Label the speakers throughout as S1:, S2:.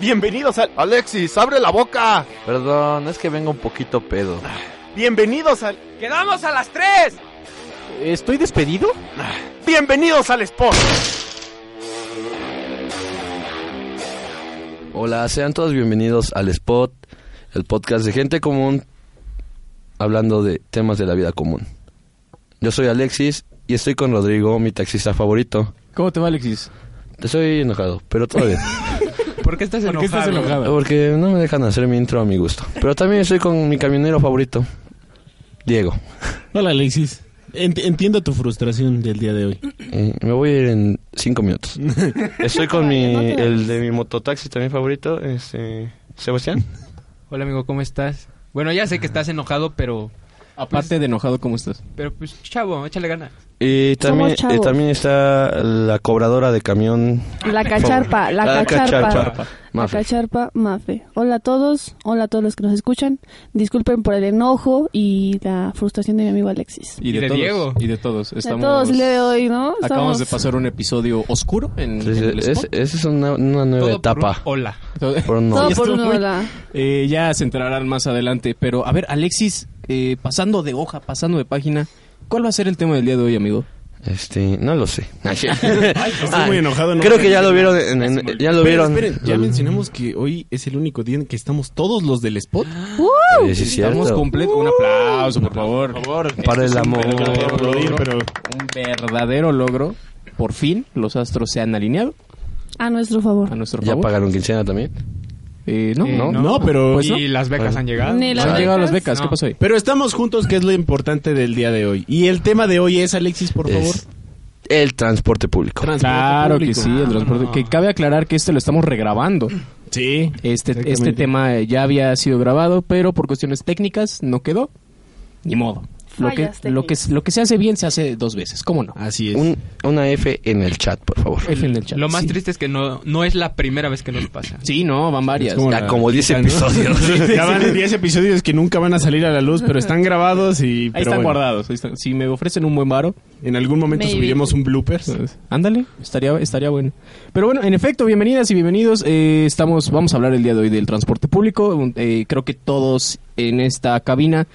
S1: Bienvenidos al... Alexis, abre la boca.
S2: Perdón, es que vengo un poquito pedo.
S1: Bienvenidos al...
S3: ¡Quedamos a las tres!
S2: ¿Estoy despedido?
S1: Bienvenidos al Sport.
S2: Hola, sean todos bienvenidos al Spot, el podcast de gente común hablando de temas de la vida común. Yo soy Alexis y estoy con Rodrigo, mi taxista favorito.
S4: ¿Cómo te va, Alexis?
S2: Estoy enojado, pero todo bien.
S4: ¿Por qué estás enojado? estás enojado?
S2: Porque no me dejan hacer mi intro a mi gusto. Pero también estoy con mi camionero favorito, Diego.
S4: Hola, Alexis. Ent- entiendo tu frustración del día de hoy.
S2: Eh, me voy a ir en cinco minutos. Estoy con mi, el de mi mototaxi también favorito, este, Sebastián.
S3: Hola amigo, ¿cómo estás? Bueno, ya sé que estás enojado, pero...
S4: Aparte de enojado, ¿cómo estás?
S3: Pero pues, chavo, échale ganas.
S2: Y también, eh, también está la cobradora de camión.
S5: La cacharpa, la,
S2: La
S5: cacharpa.
S2: cacharpa.
S5: La
S2: Mafe.
S5: cacharpa Mafe. Hola a todos, hola a todos los que nos escuchan. Disculpen por el enojo y la frustración de mi amigo Alexis.
S3: Y de
S4: todos,
S3: Diego.
S4: Y de todos.
S5: A
S4: Estamos,
S5: todos el día de hoy, ¿no?
S4: Acabamos
S5: Estamos-
S4: de pasar un episodio oscuro en,
S2: Sí, sí,
S4: en el
S2: es- Esa
S4: spot.
S2: es, una, una nueva
S3: Todo por
S2: etapa.
S3: un hola.
S2: Por un
S5: Todo
S2: novio.
S5: por
S4: estuvo
S5: una
S4: muy-
S5: hora.
S4: Eh, ya se enterarán más adelante. Pero, a ver, Alexis, eh, pasando de hoja, pasando de página, ¿cuál va a ser el tema del día de hoy, amigo?
S2: Este, no lo sé. Ah,
S6: Estoy muy enojado.
S2: Creo que ya lo vieron. en- en- ya lo
S6: Pero
S2: vieron.
S6: esperen, ya
S2: Lo-
S6: mencionamos que hoy es el único día en que estamos todos los del spot.
S4: Eh,
S2: Sí, sí,
S4: Estamos
S2: cierto.
S4: completo. Un aplauso, por favor. Este
S2: Para el amor.
S6: Pero no quiero aplaudir, pero
S4: Un verdadero logro. Por fin, los astros se han alineado
S5: A nuestro favor.
S4: a nuestro
S2: Ya
S4: favor.
S2: pagaron quincena también.
S4: Eh, no,
S3: Eh,
S4: no,
S6: no, pero
S4: Pues no.
S3: y las becas
S2: Bueno.
S3: han llegado.
S5: Ni las
S4: han
S5: becas.
S4: llegado las becas. ¿Qué
S3: No.
S4: pasó ahí?
S6: pero estamos juntos, que es lo importante del día de hoy. Y el tema de hoy es Alexis, por favor.
S2: Es el transporte público.
S6: Transporte
S4: Claro que
S6: público.
S4: sí, el transporte. Que cabe aclarar que este lo estamos regrabando.
S6: Sí.
S4: Este, este
S6: Exactamente.
S4: tema eh, ya había sido grabado, pero por cuestiones técnicas no quedó. Ni modo. Lo que,
S5: Fallas
S4: lo, que,
S5: técnicas.
S4: lo que se hace bien se hace dos veces, ¿cómo no?
S6: Así es.
S2: Un- una F en el chat, por favor.
S4: F en el chat,
S3: Lo más
S4: sí.
S3: triste es que no, no es la primera vez que nos pasa.
S4: Sí, no, van varias.
S6: Es como
S4: Ya,
S2: Ya, como 10
S6: ¿no?
S2: episodios.
S6: Ya van 10 episodios que nunca van a salir a la luz, pero están grabados y...
S4: ahí
S6: pero
S4: están
S6: bueno,
S4: guardados. ahí están. Si me ofrecen un buen varo,
S6: En algún momento
S5: Maybe.
S6: subiremos un bloopers.
S4: Pues, Ándale, estaría, estaría bueno. Pero bueno, en efecto, bienvenidas y bienvenidos. eh, estamos, vamos a hablar el día de hoy del transporte público. un- eh, creo que todos en esta cabina,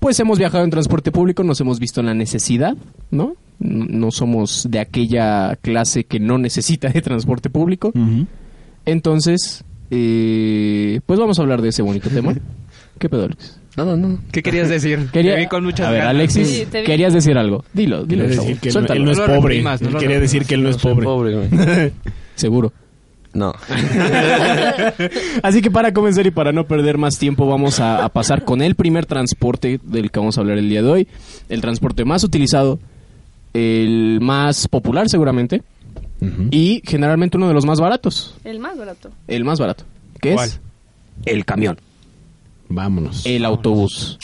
S4: pues hemos viajado en transporte público, nos hemos visto en la necesidad, ¿no? N- No somos de aquella clase que no necesita de transporte público. Entonces, eh, pues vamos a hablar de ese bonito tema. ¿Qué pedo, Alex?
S2: No, no, no.
S3: ¿Qué querías decir?
S4: Quería-
S3: Te vi con muchas
S4: a ver,
S3: ganas.
S4: Alexis,
S5: Sí, te vi.
S4: querías decir algo. Dilo, dilo.
S6: Quería
S4: chavo.
S6: decir que él no-
S4: Suéltalo.
S6: él no es
S3: No lo
S6: pobre.
S3: reprimas, no
S6: Él
S3: lo
S6: quería decir que él no es pobre.
S2: Pobre, güey.
S4: Seguro.
S2: No.
S4: Así que para comenzar y para no perder más tiempo, vamos a, a pasar con el primer transporte del que vamos a hablar el día de hoy. El transporte más utilizado, el más popular seguramente, y generalmente uno de los más baratos.
S5: El más barato.
S4: El más barato. ¿Qué
S3: ¿Cuál?
S4: es? El camión.
S6: Vámonos.
S4: El autobús.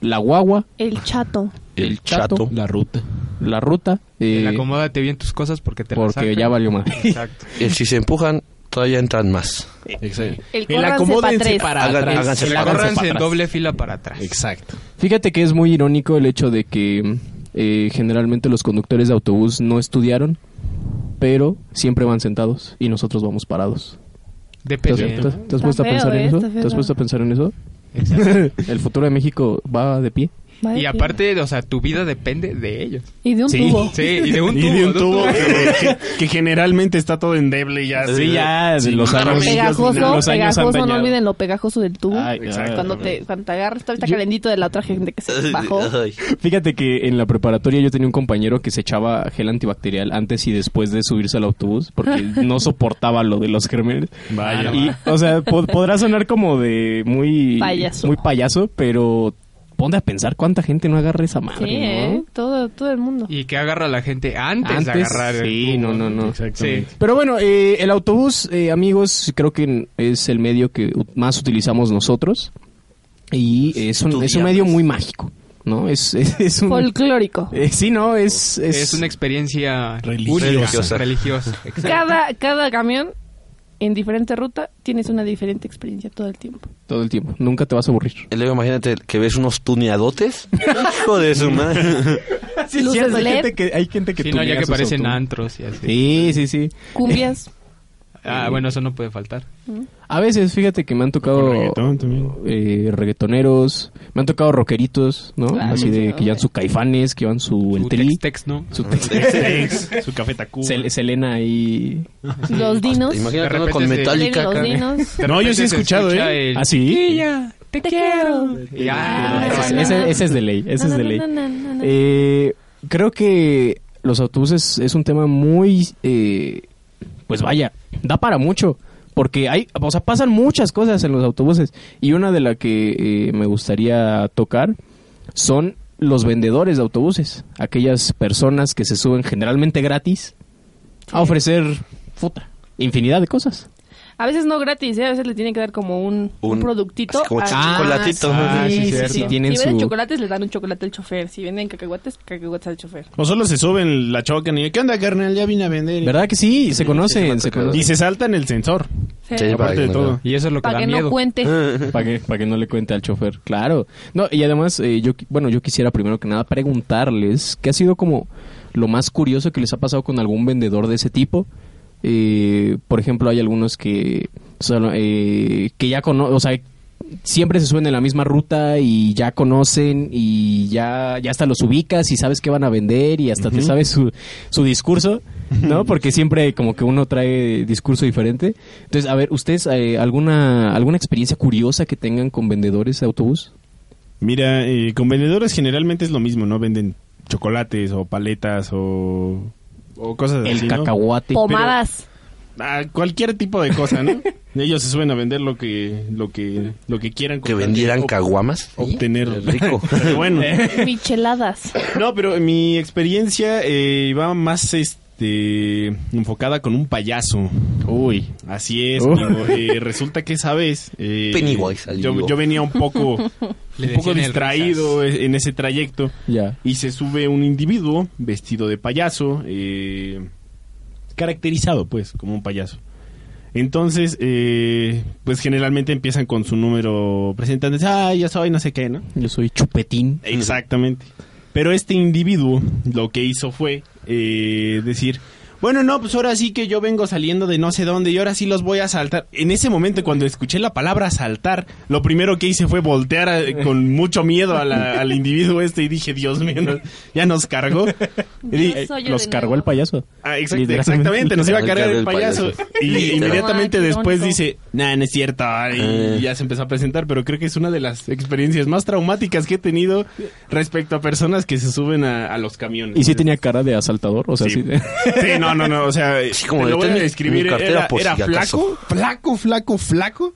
S4: La guagua,
S5: El chato.
S4: el chato,
S6: La ruta.
S4: la ruta, eh,
S3: El Acomódate bien tus cosas porque te las
S4: porque
S3: sacan.
S4: ya valió más.
S3: Exacto.
S2: Y si se empujan, todavía entran más.
S6: Exacto.
S5: El córranse pa' tres.
S2: Hagan-
S4: atrás.
S2: háganse
S4: El
S2: para
S4: agárrense
S3: Agárrense
S4: para
S3: en
S4: atrás.
S3: doble fila para atrás.
S6: Exacto.
S4: Fíjate que es muy irónico el hecho de que eh, generalmente los conductores de autobús no estudiaron, pero siempre van sentados y nosotros vamos parados. ¿Te has, te
S3: Depende.
S4: has- te has
S5: Está
S4: puesto a
S5: feo,
S4: pensar
S5: eh,
S4: en eso?
S5: está feo.
S4: ¿Te has puesto a pensar en eso? ¿El futuro de México va de pie?
S5: Vale,
S3: Y
S5: sí.
S3: aparte, o sea, tu vida depende de ellos.
S5: Y de un
S6: Sí.
S5: tubo.
S3: Sí, y de un
S6: Y
S3: tubo.
S6: de un tubo que, que- que generalmente está todo endeble y ya. se-
S4: Sí,
S6: los
S4: no,
S6: años-
S5: Pegajoso,
S6: los años han
S5: pegajoso, no
S6: dañado.
S5: olviden lo pegajoso del tubo.
S4: Ay,
S6: exacto.
S5: cuando, te, cuando te agarras, está ahorita calentito de la otra gente que se bajó.
S2: Ay.
S4: Fíjate que en la preparatoria yo tenía un compañero que se echaba gel antibacterial antes y después de subirse al autobús porque no soportaba lo de los gérmenes.
S6: Vaya.
S4: Y, o sea, po- podrá sonar como de muy
S5: Payaso.
S4: muy payaso, pero ponte a pensar cuánta gente no agarra esa madre,
S5: Sí, ¿eh?
S4: ¿no?
S5: Todo, todo el mundo.
S3: Y que agarra a la gente antes, de
S4: Antes,
S3: agarrar el
S4: sí,
S3: cubo.
S4: no, no, no.
S3: Sí.
S6: Exactamente.
S4: Pero bueno, eh, el autobús, eh, amigos, creo que es el medio que u- más utilizamos nosotros. Y es un,
S7: Tú
S4: es un
S7: diablos.
S4: medio muy mágico, ¿no? Es, es, es un...
S5: Folclórico.
S4: eh, sí, no, es... Es,
S3: Es, una experiencia
S6: Religiosa.
S3: única, religiosa.
S5: Cada, cada camión en diferente ruta tienes una diferente experiencia todo el tiempo.
S4: Todo el tiempo, nunca te vas a aburrir.
S2: Y luego imagínate que ves unos tuneadotes. Hijo de su madre.
S5: sí, Luces hay
S6: hay,
S5: LED.
S6: gente
S5: gente
S6: que, hay gente que
S3: Sí, no, ya que parecen antros y así.
S4: Sí, sí, sí.
S5: Cumbias.
S3: Ah, bueno, eso no puede faltar.
S4: A veces, fíjate que me han tocado...
S6: reggaetón también.
S4: eh, reggaetoneros, me han tocado rockeritos, ¿no?
S5: Ah,
S4: Así de
S5: sí,
S4: que llevan su caifanes, que llevan su el
S3: Su
S4: tri,
S3: tex-tex, ¿no?
S4: su tex-
S6: Su café Tacuba.
S4: Sel- Selena y
S5: Los dinos.
S3: De
S2: Imagínate uno
S3: repente
S2: con
S3: se-
S2: Metallica.
S5: Los
S2: acá.
S5: dinos.
S6: No, yo sí he
S3: Se
S6: escuchado,
S3: escucha
S6: ¿eh?
S4: ¿Ah,
S3: el-
S4: así.
S5: Te quiero.
S3: Y- ah,
S5: Ah,
S4: ese, ese- ese es de ley, ese es de ley.
S5: Na, na, na, na, na.
S4: Eh, creo que los autobuses es un tema muy, eh, pues vaya, da para mucho. Porque hay, o sea, pasan muchas cosas en los autobuses. Y una de las que eh, me gustaría tocar son los vendedores de autobuses. Aquellas personas que se suben generalmente gratis a ofrecer, puta, infinidad de cosas.
S5: A veces no gratis, ¿eh? A veces le tienen que dar como un, un
S2: Un-
S5: productito.
S2: así como
S5: a-
S2: chocolatito.
S3: Ah, sí,
S4: sí,
S3: cierto.
S4: sí, tienen
S5: si venden
S4: su-
S5: chocolates, les dan un chocolate al chofer. Si venden cacahuates, cacahuates al chofer.
S6: O solo se suben, la chocan y ¿qué onda, carnal? Ya vine a vender.
S4: ¿Verdad que sí? Se
S2: sí, me
S4: conocen,
S2: ha
S4: se
S2: tocado.
S4: conocen.
S6: Y se saltan el sensor.
S2: Sí,
S5: Sí.
S2: para
S6: Aparte
S2: que
S6: de
S2: me
S6: todo.
S3: Y eso es lo que
S5: Para
S3: da
S5: que no
S3: miedo.
S5: cuente.
S4: Para que, para que no le cuente al chofer, claro. No, y además, eh, yo, qui- bueno, yo quisiera primero que nada preguntarles qué ha sido como lo más curioso que les ha pasado con algún vendedor de ese tipo. Eh, por ejemplo, hay algunos que, solo, eh, que ya conocen, o sea, siempre se suben en la misma ruta y ya conocen y ya, ya hasta los ubicas y sabes qué van a vender y hasta te sabes su, su discurso, ¿no? Porque siempre como que uno trae discurso diferente. Entonces, a ver, ¿ustedes eh, alguna, alguna experiencia curiosa que tengan con vendedores de autobús?
S6: Mira, eh, con vendedores generalmente es lo mismo, ¿no? Venden chocolates o paletas o, o cosas
S4: El
S6: así, ¿no?
S4: cacahuate.
S5: Pomadas.
S6: Ah, cualquier tipo de cosa, ¿no? Ellos se suben a vender lo que, lo que, lo que quieran.
S2: Que
S6: comprar,
S2: vendieran
S6: ob-
S2: caguamas.
S6: Obtener.
S2: Rico.
S6: Pero bueno.
S5: Micheladas.
S6: No, pero mi experiencia eh, va más este enfocada con un payaso. Uy, así es.
S4: Uh.
S6: pero, eh, resulta que esa vez eh,
S2: Pennywise, al
S6: yo,
S2: vivo.
S6: yo venía un poco, un
S3: Le
S6: poco
S3: decían el
S6: distraído e-,
S3: risas.
S6: en ese trayecto
S4: Ya.
S6: y se sube un individuo vestido de payaso, eh, caracterizado pues como un payaso. Entonces, eh, pues generalmente empiezan con su número presentándose, ah, ya soy no sé qué, ¿no?
S4: Yo soy chupetín.
S6: Exactamente. Pero este individuo lo que hizo fue eh, decir, bueno, no, pues ahora sí que yo vengo saliendo de no sé dónde y ahora sí los voy a asaltar. En ese momento, cuando escuché la palabra asaltar, lo primero que hice fue voltear a- con mucho miedo a la- al individuo este y dije, Dios mío, no- ya nos cargó. Y di-
S5: Yo soy yo
S4: Los
S5: de
S4: cargó
S5: nuevo.
S4: el payaso.
S6: Ah, exact-
S4: Literalmente.
S6: exactamente, nos iba a
S2: Literal,
S6: cargar
S2: cargó
S6: el
S2: el
S6: payaso.
S2: payaso.
S6: Y
S2: Literal.
S6: inmediatamente
S5: Ah, qué
S6: después
S5: tonto.
S6: dice, nah, no es cierto. Y
S2: Eh.
S6: ya se empezó a presentar, pero creo que es una de las experiencias más traumáticas que he tenido respecto a personas que se suben a, a los camiones.
S4: Y sí tenía cara de asaltador, o sea,
S6: Sí.
S4: sí.
S6: Sí, no, no, no, o sea,
S2: Sí, como
S6: te
S2: de,
S6: lo voy a
S2: "Ten mi-
S6: describir,
S2: mi cartera
S6: era,
S2: por
S6: era
S2: si acaso".
S6: flaco, flaco, flaco, flaco,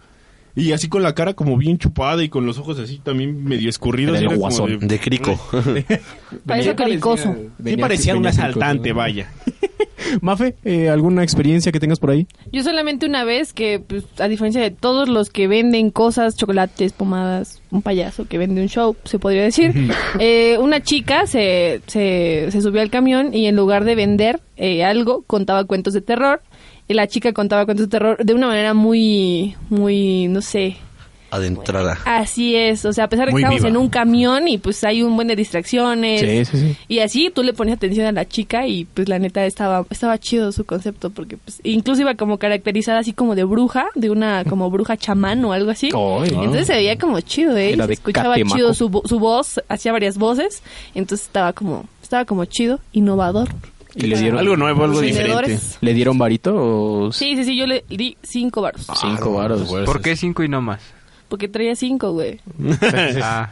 S6: y así con la cara como bien chupada y con los ojos así también medio escurridos.
S4: Era el
S6: y como
S4: guasón.
S2: De crico.
S5: Parece caricoso.
S6: Sí parecía un asaltante, vaya.
S4: Mafe, eh, ¿alguna experiencia que tengas por ahí?
S5: Yo solamente una vez que, pues, a diferencia de todos los que venden cosas, chocolates, pomadas, un payaso que vende un show, se podría decir, eh, una chica se, se, se subió al camión y en lugar de vender eh, algo, contaba cuentos de terror. Y la chica contaba cuentos de terror de una manera muy, muy, no sé,
S2: Adentrada.
S5: así es. O sea, a pesar de que
S6: Muy
S5: estamos
S6: viva.
S5: en un camión y pues hay un buen de distracciones.
S4: sí, sí.
S5: Y así tú le ponías atención a la chica y pues la neta estaba estaba chido su concepto porque pues incluso iba como caracterizada así como de bruja, de una como bruja chamán o algo así.
S4: Ay, no.
S5: entonces se veía como chido, eh, Y
S4: Era
S5: se
S4: de
S5: escuchaba
S4: catemaco.
S5: chido su, vo- su voz, hacía varias voces, entonces estaba como estaba como chido, innovador.
S4: Y le dieron,
S6: Algo nuevo, algo diferente.
S5: Vendedores.
S4: ¿Le dieron varito o
S5: Sí, sí, sí, yo le di cinco baros.
S4: cinco
S3: Ah,
S4: varos?
S6: eh.
S3: ¿Por qué cinco y no más?
S5: Porque traía cinco, güey.
S3: Ah.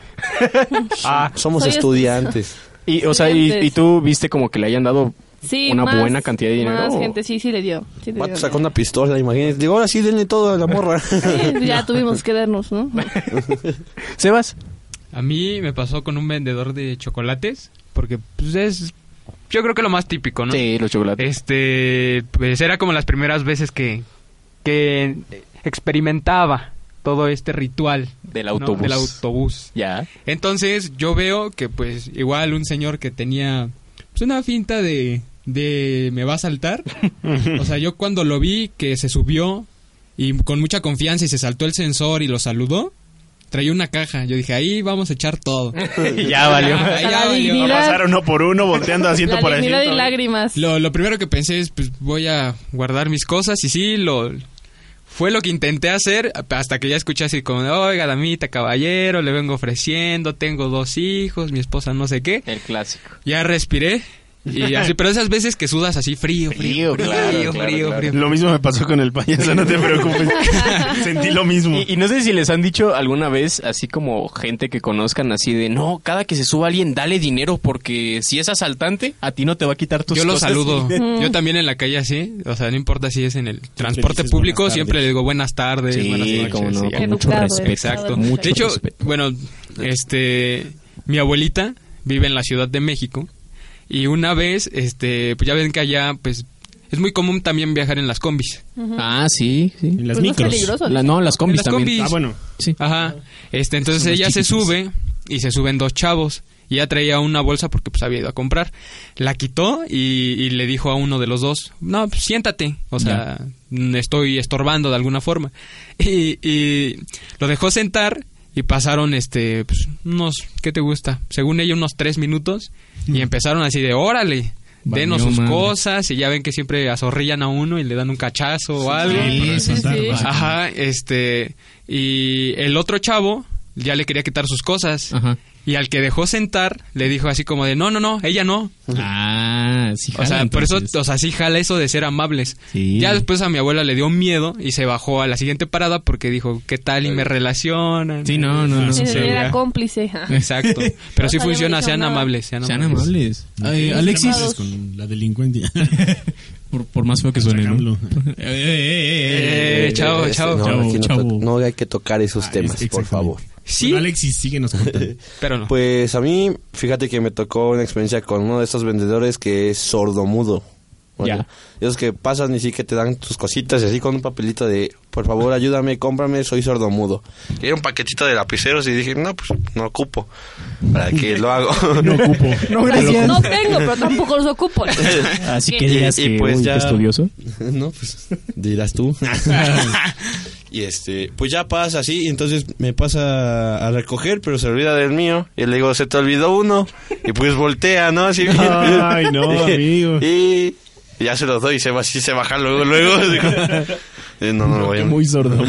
S3: Ah,
S2: Somos
S5: Soy
S2: estudiantes.
S4: Y, o sea, y,
S5: Estudiantes.
S4: y tú viste como que le hayan dado
S5: Sí,
S4: una
S5: más-
S4: buena cantidad de dinero. Oh,
S5: Más
S4: ¿o?
S5: gente, sí, sí le dio. sí le
S2: Vato
S5: dio.
S2: sacó una pistola, imagínate. Digo, ahora sí, denle todo a la morra.
S5: Sí, ya tuvimos que darnos, ¿no?
S4: Sebas,
S3: A mí me pasó con un vendedor de chocolates, porque pues es, yo creo que lo más típico, ¿no?
S4: Sí, los chocolates.
S3: Este, pues era como las primeras veces que, que experimentaba todo este ritual
S4: Del
S3: ¿no?
S4: autobús.
S3: del autobús.
S4: Ya.
S3: Entonces yo veo que pues igual un señor que tenía pues una finta de, de me va a saltar. o sea, yo cuando lo vi que se subió y con mucha confianza y se saltó el sensor y lo saludó, traía una caja. Yo dije, ahí vamos a echar todo. Ah,
S6: ya valió.
S3: Ahí ya
S5: La
S3: valió.
S5: dignidad.
S6: Pasar uno por uno, volteando asiento
S5: La
S6: por
S5: dignidad y
S6: asiento.
S5: lágrimas.
S3: Lo, lo primero que pensé es, pues voy a guardar mis cosas y sí, lo... Fue lo que intenté hacer hasta que ya escuché así como, oiga, damita, caballero, le vengo ofreciendo, tengo dos hijos, mi esposa no sé qué.
S4: El clásico.
S3: Ya respiré. Y así, pero esas veces que sudas así frío,
S4: Frío,
S3: frío, frío, frío,
S4: claro,
S3: frío,
S4: claro,
S3: frío,
S4: claro.
S6: Lo mismo me pasó con el payaso, no te preocupes. Sentí lo mismo.
S4: Y, y no sé si les han dicho alguna vez, así como gente que conozcan, así de no, cada que se suba alguien, dale dinero, porque si es asaltante, a ti no te va a quitar tus
S3: Yo lo
S4: cosas.
S3: saludo. Yo también en la calle así, o sea, no importa si es en el transporte
S6: dices
S3: público,
S6: buenas
S3: siempre
S6: tardes.
S3: le digo buenas tardes,
S4: Sí,
S3: buenas noches.
S4: cómo no,
S3: y ya.
S4: con mucho
S5: Educado,
S4: respeto.
S3: Exacto.
S5: educado, mucho
S3: de hecho,
S4: respeto.
S3: bueno, este, mi abuelita vive en la Ciudad de México y una vez, este, pues ya ven que allá, pues, es muy común también viajar en las combis.
S4: Ah, sí, sí.
S6: En las
S5: Pues no es
S6: micros.
S5: peligroso.
S4: La- no, las combis
S3: Las
S4: también.
S3: combis.
S6: Ah, bueno.
S4: Sí.
S3: Ajá. Este, entonces
S4: Son los
S3: ella se
S4: chiquitos.
S3: sube y se suben dos chavos. Y ella traía una bolsa porque pues había ido a comprar. La quitó y, y le dijo a uno de los dos, no, pues, siéntate. O sea, mm, estoy estorbando de alguna forma. Y, y lo dejó sentar y pasaron, este, pues, unos, ¿qué te gusta? Según ella, unos tres minutos. Y empezaron así de, órale,
S4: Mm. Valió
S3: denos sus
S4: madre.
S3: cosas. Y ya ven que siempre azorrillan a uno y le dan un cachazo o algo.
S5: Sí, sí, sí.
S3: Ajá, este. Y el otro chavo ya le quería quitar sus cosas.
S4: Ajá.
S3: Y al que dejó sentar, le dijo así como de: No, no, no, ella no.
S4: Ah, sí.
S3: O sea, por eso, o sea, sí jala eso de ser amables.
S4: Sí.
S3: Ya después a mi abuela le dio miedo y se bajó a la siguiente parada porque dijo: ¿Qué tal? Y me relacionan.
S4: Sí, no, no, no.
S5: Sí,
S3: sí,
S5: era
S3: ya.
S5: cómplice. ajá.
S3: Exacto. Pero Eh, sí
S5: No habíamos
S3: funciona,
S5: dicho
S3: sean
S5: nada.
S3: amables, sean
S4: Sean
S3: amables.
S4: amables. Eh,
S5: Calmados.
S4: Alexis,
S7: con la delincuencia.
S4: por, por más feo que suene, ¿no?
S7: AMLO.
S4: Eh, eh, eh, eh,
S3: Eh, chao,
S2: Este,
S3: chao.
S2: No,
S7: Chao,
S2: aquí no, to-
S7: chao.
S2: no hay que tocar esos
S7: Ah,
S2: temas,
S7: es-
S2: por favor.
S7: exactamente.
S3: Sí,
S7: Bueno, Alexis, síguenos contando.
S3: pero no.
S2: Pues a mí, fíjate que me tocó una experiencia con uno de estos vendedores que es sordomudo. Bueno,
S4: Ya.
S2: Esos que pasan y sí que te dan tus cositas y así con un papelito de, por favor, ayúdame, cómprame, soy sordomudo. Y era un paquetito de lapiceros y dije, no, pues no ocupo. ¿Para qué lo hago?
S6: No ocupo.
S3: Ah,
S4: No,
S5: No tengo, pero tampoco los ocupo.
S4: Así
S5: Sí.
S4: que digas
S2: Y- y
S4: que,
S2: pues
S4: uy,
S2: ya-
S4: qué estudioso.
S2: no, pues dirás tú. y este, pues ya pasa así, y entonces me pasa a recoger, pero se olvida del mío. Y le digo, se te olvidó uno. Y pues voltea, ¿no? Así bien.
S6: Ay, no, amigo.
S2: Y ya se los doy y se va así, se baja luego, luego. Eh, no, no, lo voy a...
S4: Muy sordo.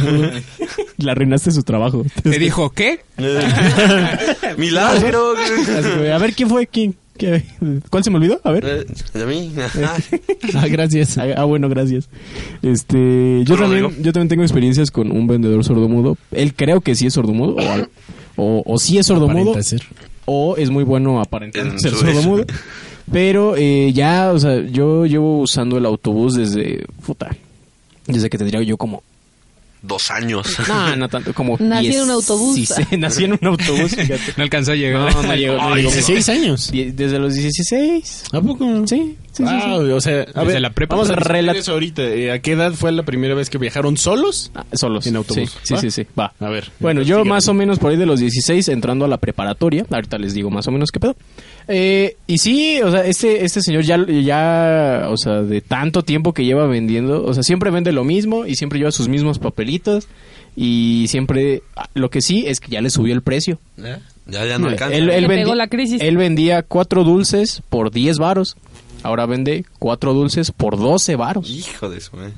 S4: Le arruinaste su trabajo.
S3: Te dijo: ¿Qué?
S2: Milagro.
S4: Así que, a ver, ¿quién fue? ¿Quién? ¿Qué? ¿Cuál se me olvidó? A ver.
S2: Eh, ¿De mí? Ajá.
S4: Ah, gracias. Ah, ah, bueno, gracias. Este, yo
S2: lo
S4: también,
S2: digo.
S4: yo también tengo experiencias con un vendedor sordomudo. Él creo que sí es sordomudo o, al- o, o sí es sordomudo
S7: Aparenta ser.
S4: o es muy bueno aparentar
S2: En
S4: ser
S2: su-
S4: sordomudo. Pero eh, ya, o sea, yo llevo usando el autobús desde puta, desde que tendría yo como
S2: Dos años.
S4: no, no tanto como
S5: Nací en un autobús.
S4: dieciséis- nací en un autobús, fíjate.
S3: No alcanzó a llegar.
S4: No, no llegó, no llegó.
S6: 16 años.
S4: Die- Desde los 16.
S6: ¿A poco?
S4: Sí, sí, sí, sí.
S6: Wow, o sea, a
S3: Desde
S6: ver,
S3: la prepa.
S6: vamos a
S4: Relat-
S6: relatar eso ahorita. Eh, ¿A qué edad fue la primera vez que viajaron solos?
S4: Ah, Solos.
S6: En autobús.
S4: Sí,
S6: ¿Va?
S4: sí, sí, sí, Va.
S6: A ver.
S4: Bueno, yo más o menos por ahí de los 16 entrando a la preparatoria. Ahorita les digo más o menos qué pedo. Eh, y sí, o sea, este, este señor ya, ya, o sea, de tanto tiempo que lleva vendiendo, o sea, siempre vende lo mismo y siempre lleva sus mismos papelitos. Y siempre, ah, lo que sí es que ya le subió el precio.
S2: Eh, Ya, ya no alcanza.
S4: Él, él
S5: Le pegó
S4: vendi-
S5: la crisis.
S4: él vendía cuatro dulces por 10 varos. Ahora vende cuatro dulces por 12 varos.
S2: Hijo de eso, eh.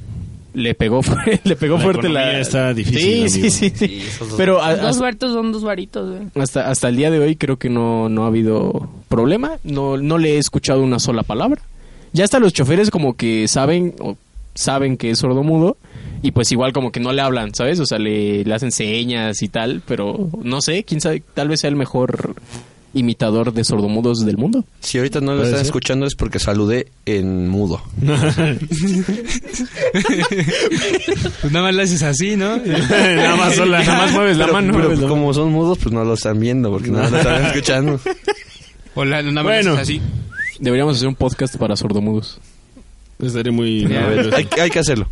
S4: Le pegó, fu- le pegó
S6: La
S4: fuerte
S6: economía
S4: la.
S6: está difícil,
S4: Sí,
S6: amigo.
S4: sí, sí, sí.
S2: Sí, esos dos-
S4: Pero a-
S5: Dos
S4: hasta,
S5: varitos son dos varitos, güey.
S4: hasta, hasta el día de hoy creo que no, no ha habido problema. No, no le he escuchado una sola palabra. Ya hasta los choferes como que saben o saben que es sordomudo y pues igual como que no le hablan, ¿sabes? O sea, le, le hacen señas y tal, pero no sé, quién sabe, tal vez sea el mejor imitador de sordomudos del mundo.
S2: Si ahorita no lo están escuchando es porque saludé en mudo.
S3: Pues nada más le haces así, ¿no?
S6: nada más sola, nada más mueves la
S2: Pero-
S6: mano.
S2: pero
S6: mueves la mano.
S2: como son mudos, pues no lo están viendo porque no lo están escuchando.
S3: O la- nada más
S6: Bueno.
S3: le haces así.
S4: Deberíamos hacer un podcast para sordomudos.
S6: Estaré Pues muy...
S3: Ya.
S2: A ver, hay, hay que hacerlo.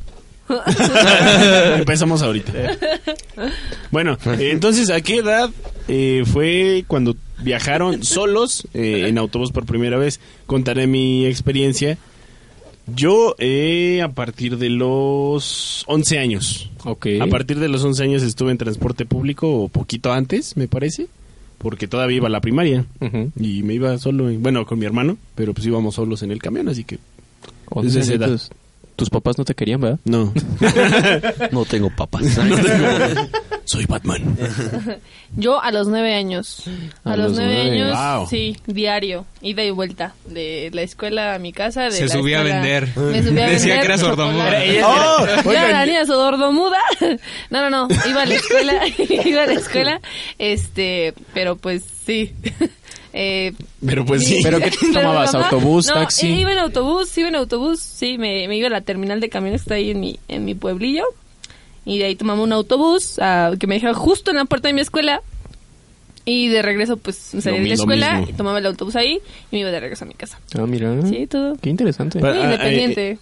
S6: Empezamos ahorita. Bueno, eh, entonces, ¿a qué edad eh, fue cuando viajaron solos eh, en autobús por primera vez? Contaré mi experiencia. Yo, eh, a partir de los 11 años.
S4: Ok.
S6: A partir de los 11 años estuve en transporte público, o poquito antes, me parece, porque todavía iba a la primaria.
S4: Ujú.
S6: Y me iba solo, y- bueno, con mi hermano, pero pues íbamos solos en el camión, así que
S4: Once
S6: Desde esa edad.
S4: añitos. Tus papás no te querían, ¿verdad?
S6: no.
S2: No tengo papas.
S6: Soy Batman.
S5: Yo a los nueve años. A, los nueve años,
S6: Wow.
S5: sí, diario, ida y vuelta. De la escuela a mi casa. De
S3: Se
S5: la
S3: subía a
S5: escuela-
S3: vender.
S5: Me subía a
S3: Decía
S5: vender
S3: que era sordomuda.
S5: chocolate. Yo era la niña sordomuda. No, no, no. Iba a la escuela. iba a la escuela. Este, pero pues sí. Eh,
S6: Pero pues sí.
S4: Pero ¿qué tomabas?
S5: mamá-
S4: ¿Autobús,
S5: no, eh,
S4: taxi?
S5: Iba en autobús, iba en autobús. Sí, me, me iba a la terminal de camiones que está ahí en mi, en mi pueblillo. Y de ahí tomamos un autobús ah, que me dejaba justo en la puerta de mi escuela. Y de regreso, pues salía de
S6: mi-
S5: la
S6: lo
S5: escuela,
S6: mismo.
S5: y tomaba el autobús ahí y me iba de regreso a mi casa.
S4: Ah, mira.
S5: Sí, todo.
S4: Qué interesante.
S6: Pero,
S5: Muy
S6: ah,
S5: independiente.
S6: eh,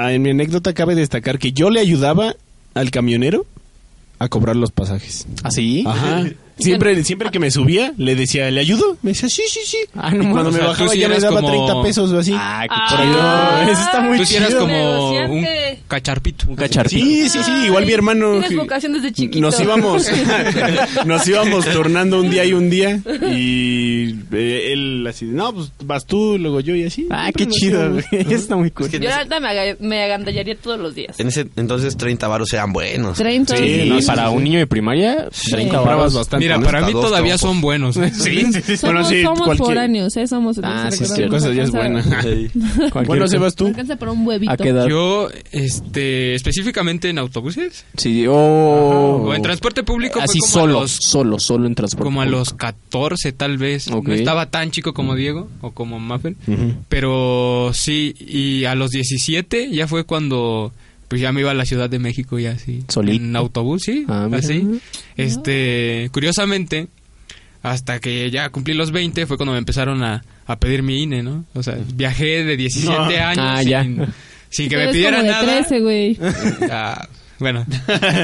S6: Ah, en mi anécdota cabe destacar que yo le ayudaba al camionero a cobrar los pasajes.
S4: ¿Ah, sí?
S6: Ajá. Siempre, siempre que me subía, le decía, ¿le ayudo? Me decía, sí, sí, sí.
S4: Ah, no
S6: Y cuando
S4: mames,
S6: me
S3: o sea, tú
S6: bajaba
S3: sí
S6: ya me
S3: eras
S6: daba
S3: como-
S6: 30 pesos o así.
S4: Ah, qué
S5: Ah.
S4: chido.
S6: no, eso está muy
S3: Tú sí eras
S6: chido.
S3: como un
S5: Negociante.
S3: cacharpito.
S4: Un cacharpito.
S6: Sí, sí, sí. Igual mi hermano...
S5: Tienes vocación desde chiquito.
S6: Nos íbamos, nos íbamos tornando un día y un día y eh, él así, no, pues vas tú, luego yo y así.
S4: Ah,
S6: Siempre
S4: qué
S6: nos
S4: chido.
S6: íbamos.
S4: güey. Está muy cool.
S6: eh,
S5: Yo la alta me, aga- me agandallaría todos los días.
S2: En ese entonces 30 varos eran buenos.
S5: 30.
S6: Sí,
S4: Y
S6: no, sí,
S4: para un niño de primaria,
S2: Sí.
S4: comprabas bastante.
S3: Mira,
S2: ¿no?
S3: para
S2: Hasta
S3: mí
S2: dos
S3: todavía
S2: trompos.
S3: son buenos. ¿eh?
S6: Sí, sí, sí.
S5: Somos,
S6: Bueno, sí,
S5: somos
S6: cualquier-
S5: foráneos, ¿eh? Somos
S4: Ah, sí,
S5: recordemos,
S4: sí,
S5: nos
S6: cosa ya es
S5: alcanza-
S6: buena.
S4: Cualquier
S6: Bueno,
S4: cosa.
S6: Sebas,
S5: nos
S6: tú.
S5: alcanza para un huevito.
S4: ¿A qué edad?
S3: Yo, este, específicamente en autobuses.
S4: Sí, oh.
S3: O en transporte público.
S4: Así
S3: fue como
S4: solo,
S3: A los,
S4: solo, solo en transporte.
S3: como a
S4: público.
S3: los 14 tal vez.
S4: Ok.
S3: No estaba tan chico como Diego o como Muffin.
S6: Ujú.
S3: Pero sí, y a los 17 ya fue cuando... Pues ya me iba a la Ciudad de México ya así.
S4: Solito.
S3: En autobús, sí.
S4: Ah, mira.
S3: así. Este, curiosamente, hasta que ya cumplí los 20 fue cuando me empezaron a, a pedir mi INE, ¿no? O sea, viajé de 17 años
S4: Ah, ya.
S3: sin, sin que
S5: Tú
S3: me
S5: eres
S3: pidieran
S5: como de
S3: nada.
S5: 13, güey.
S3: Ah, bueno,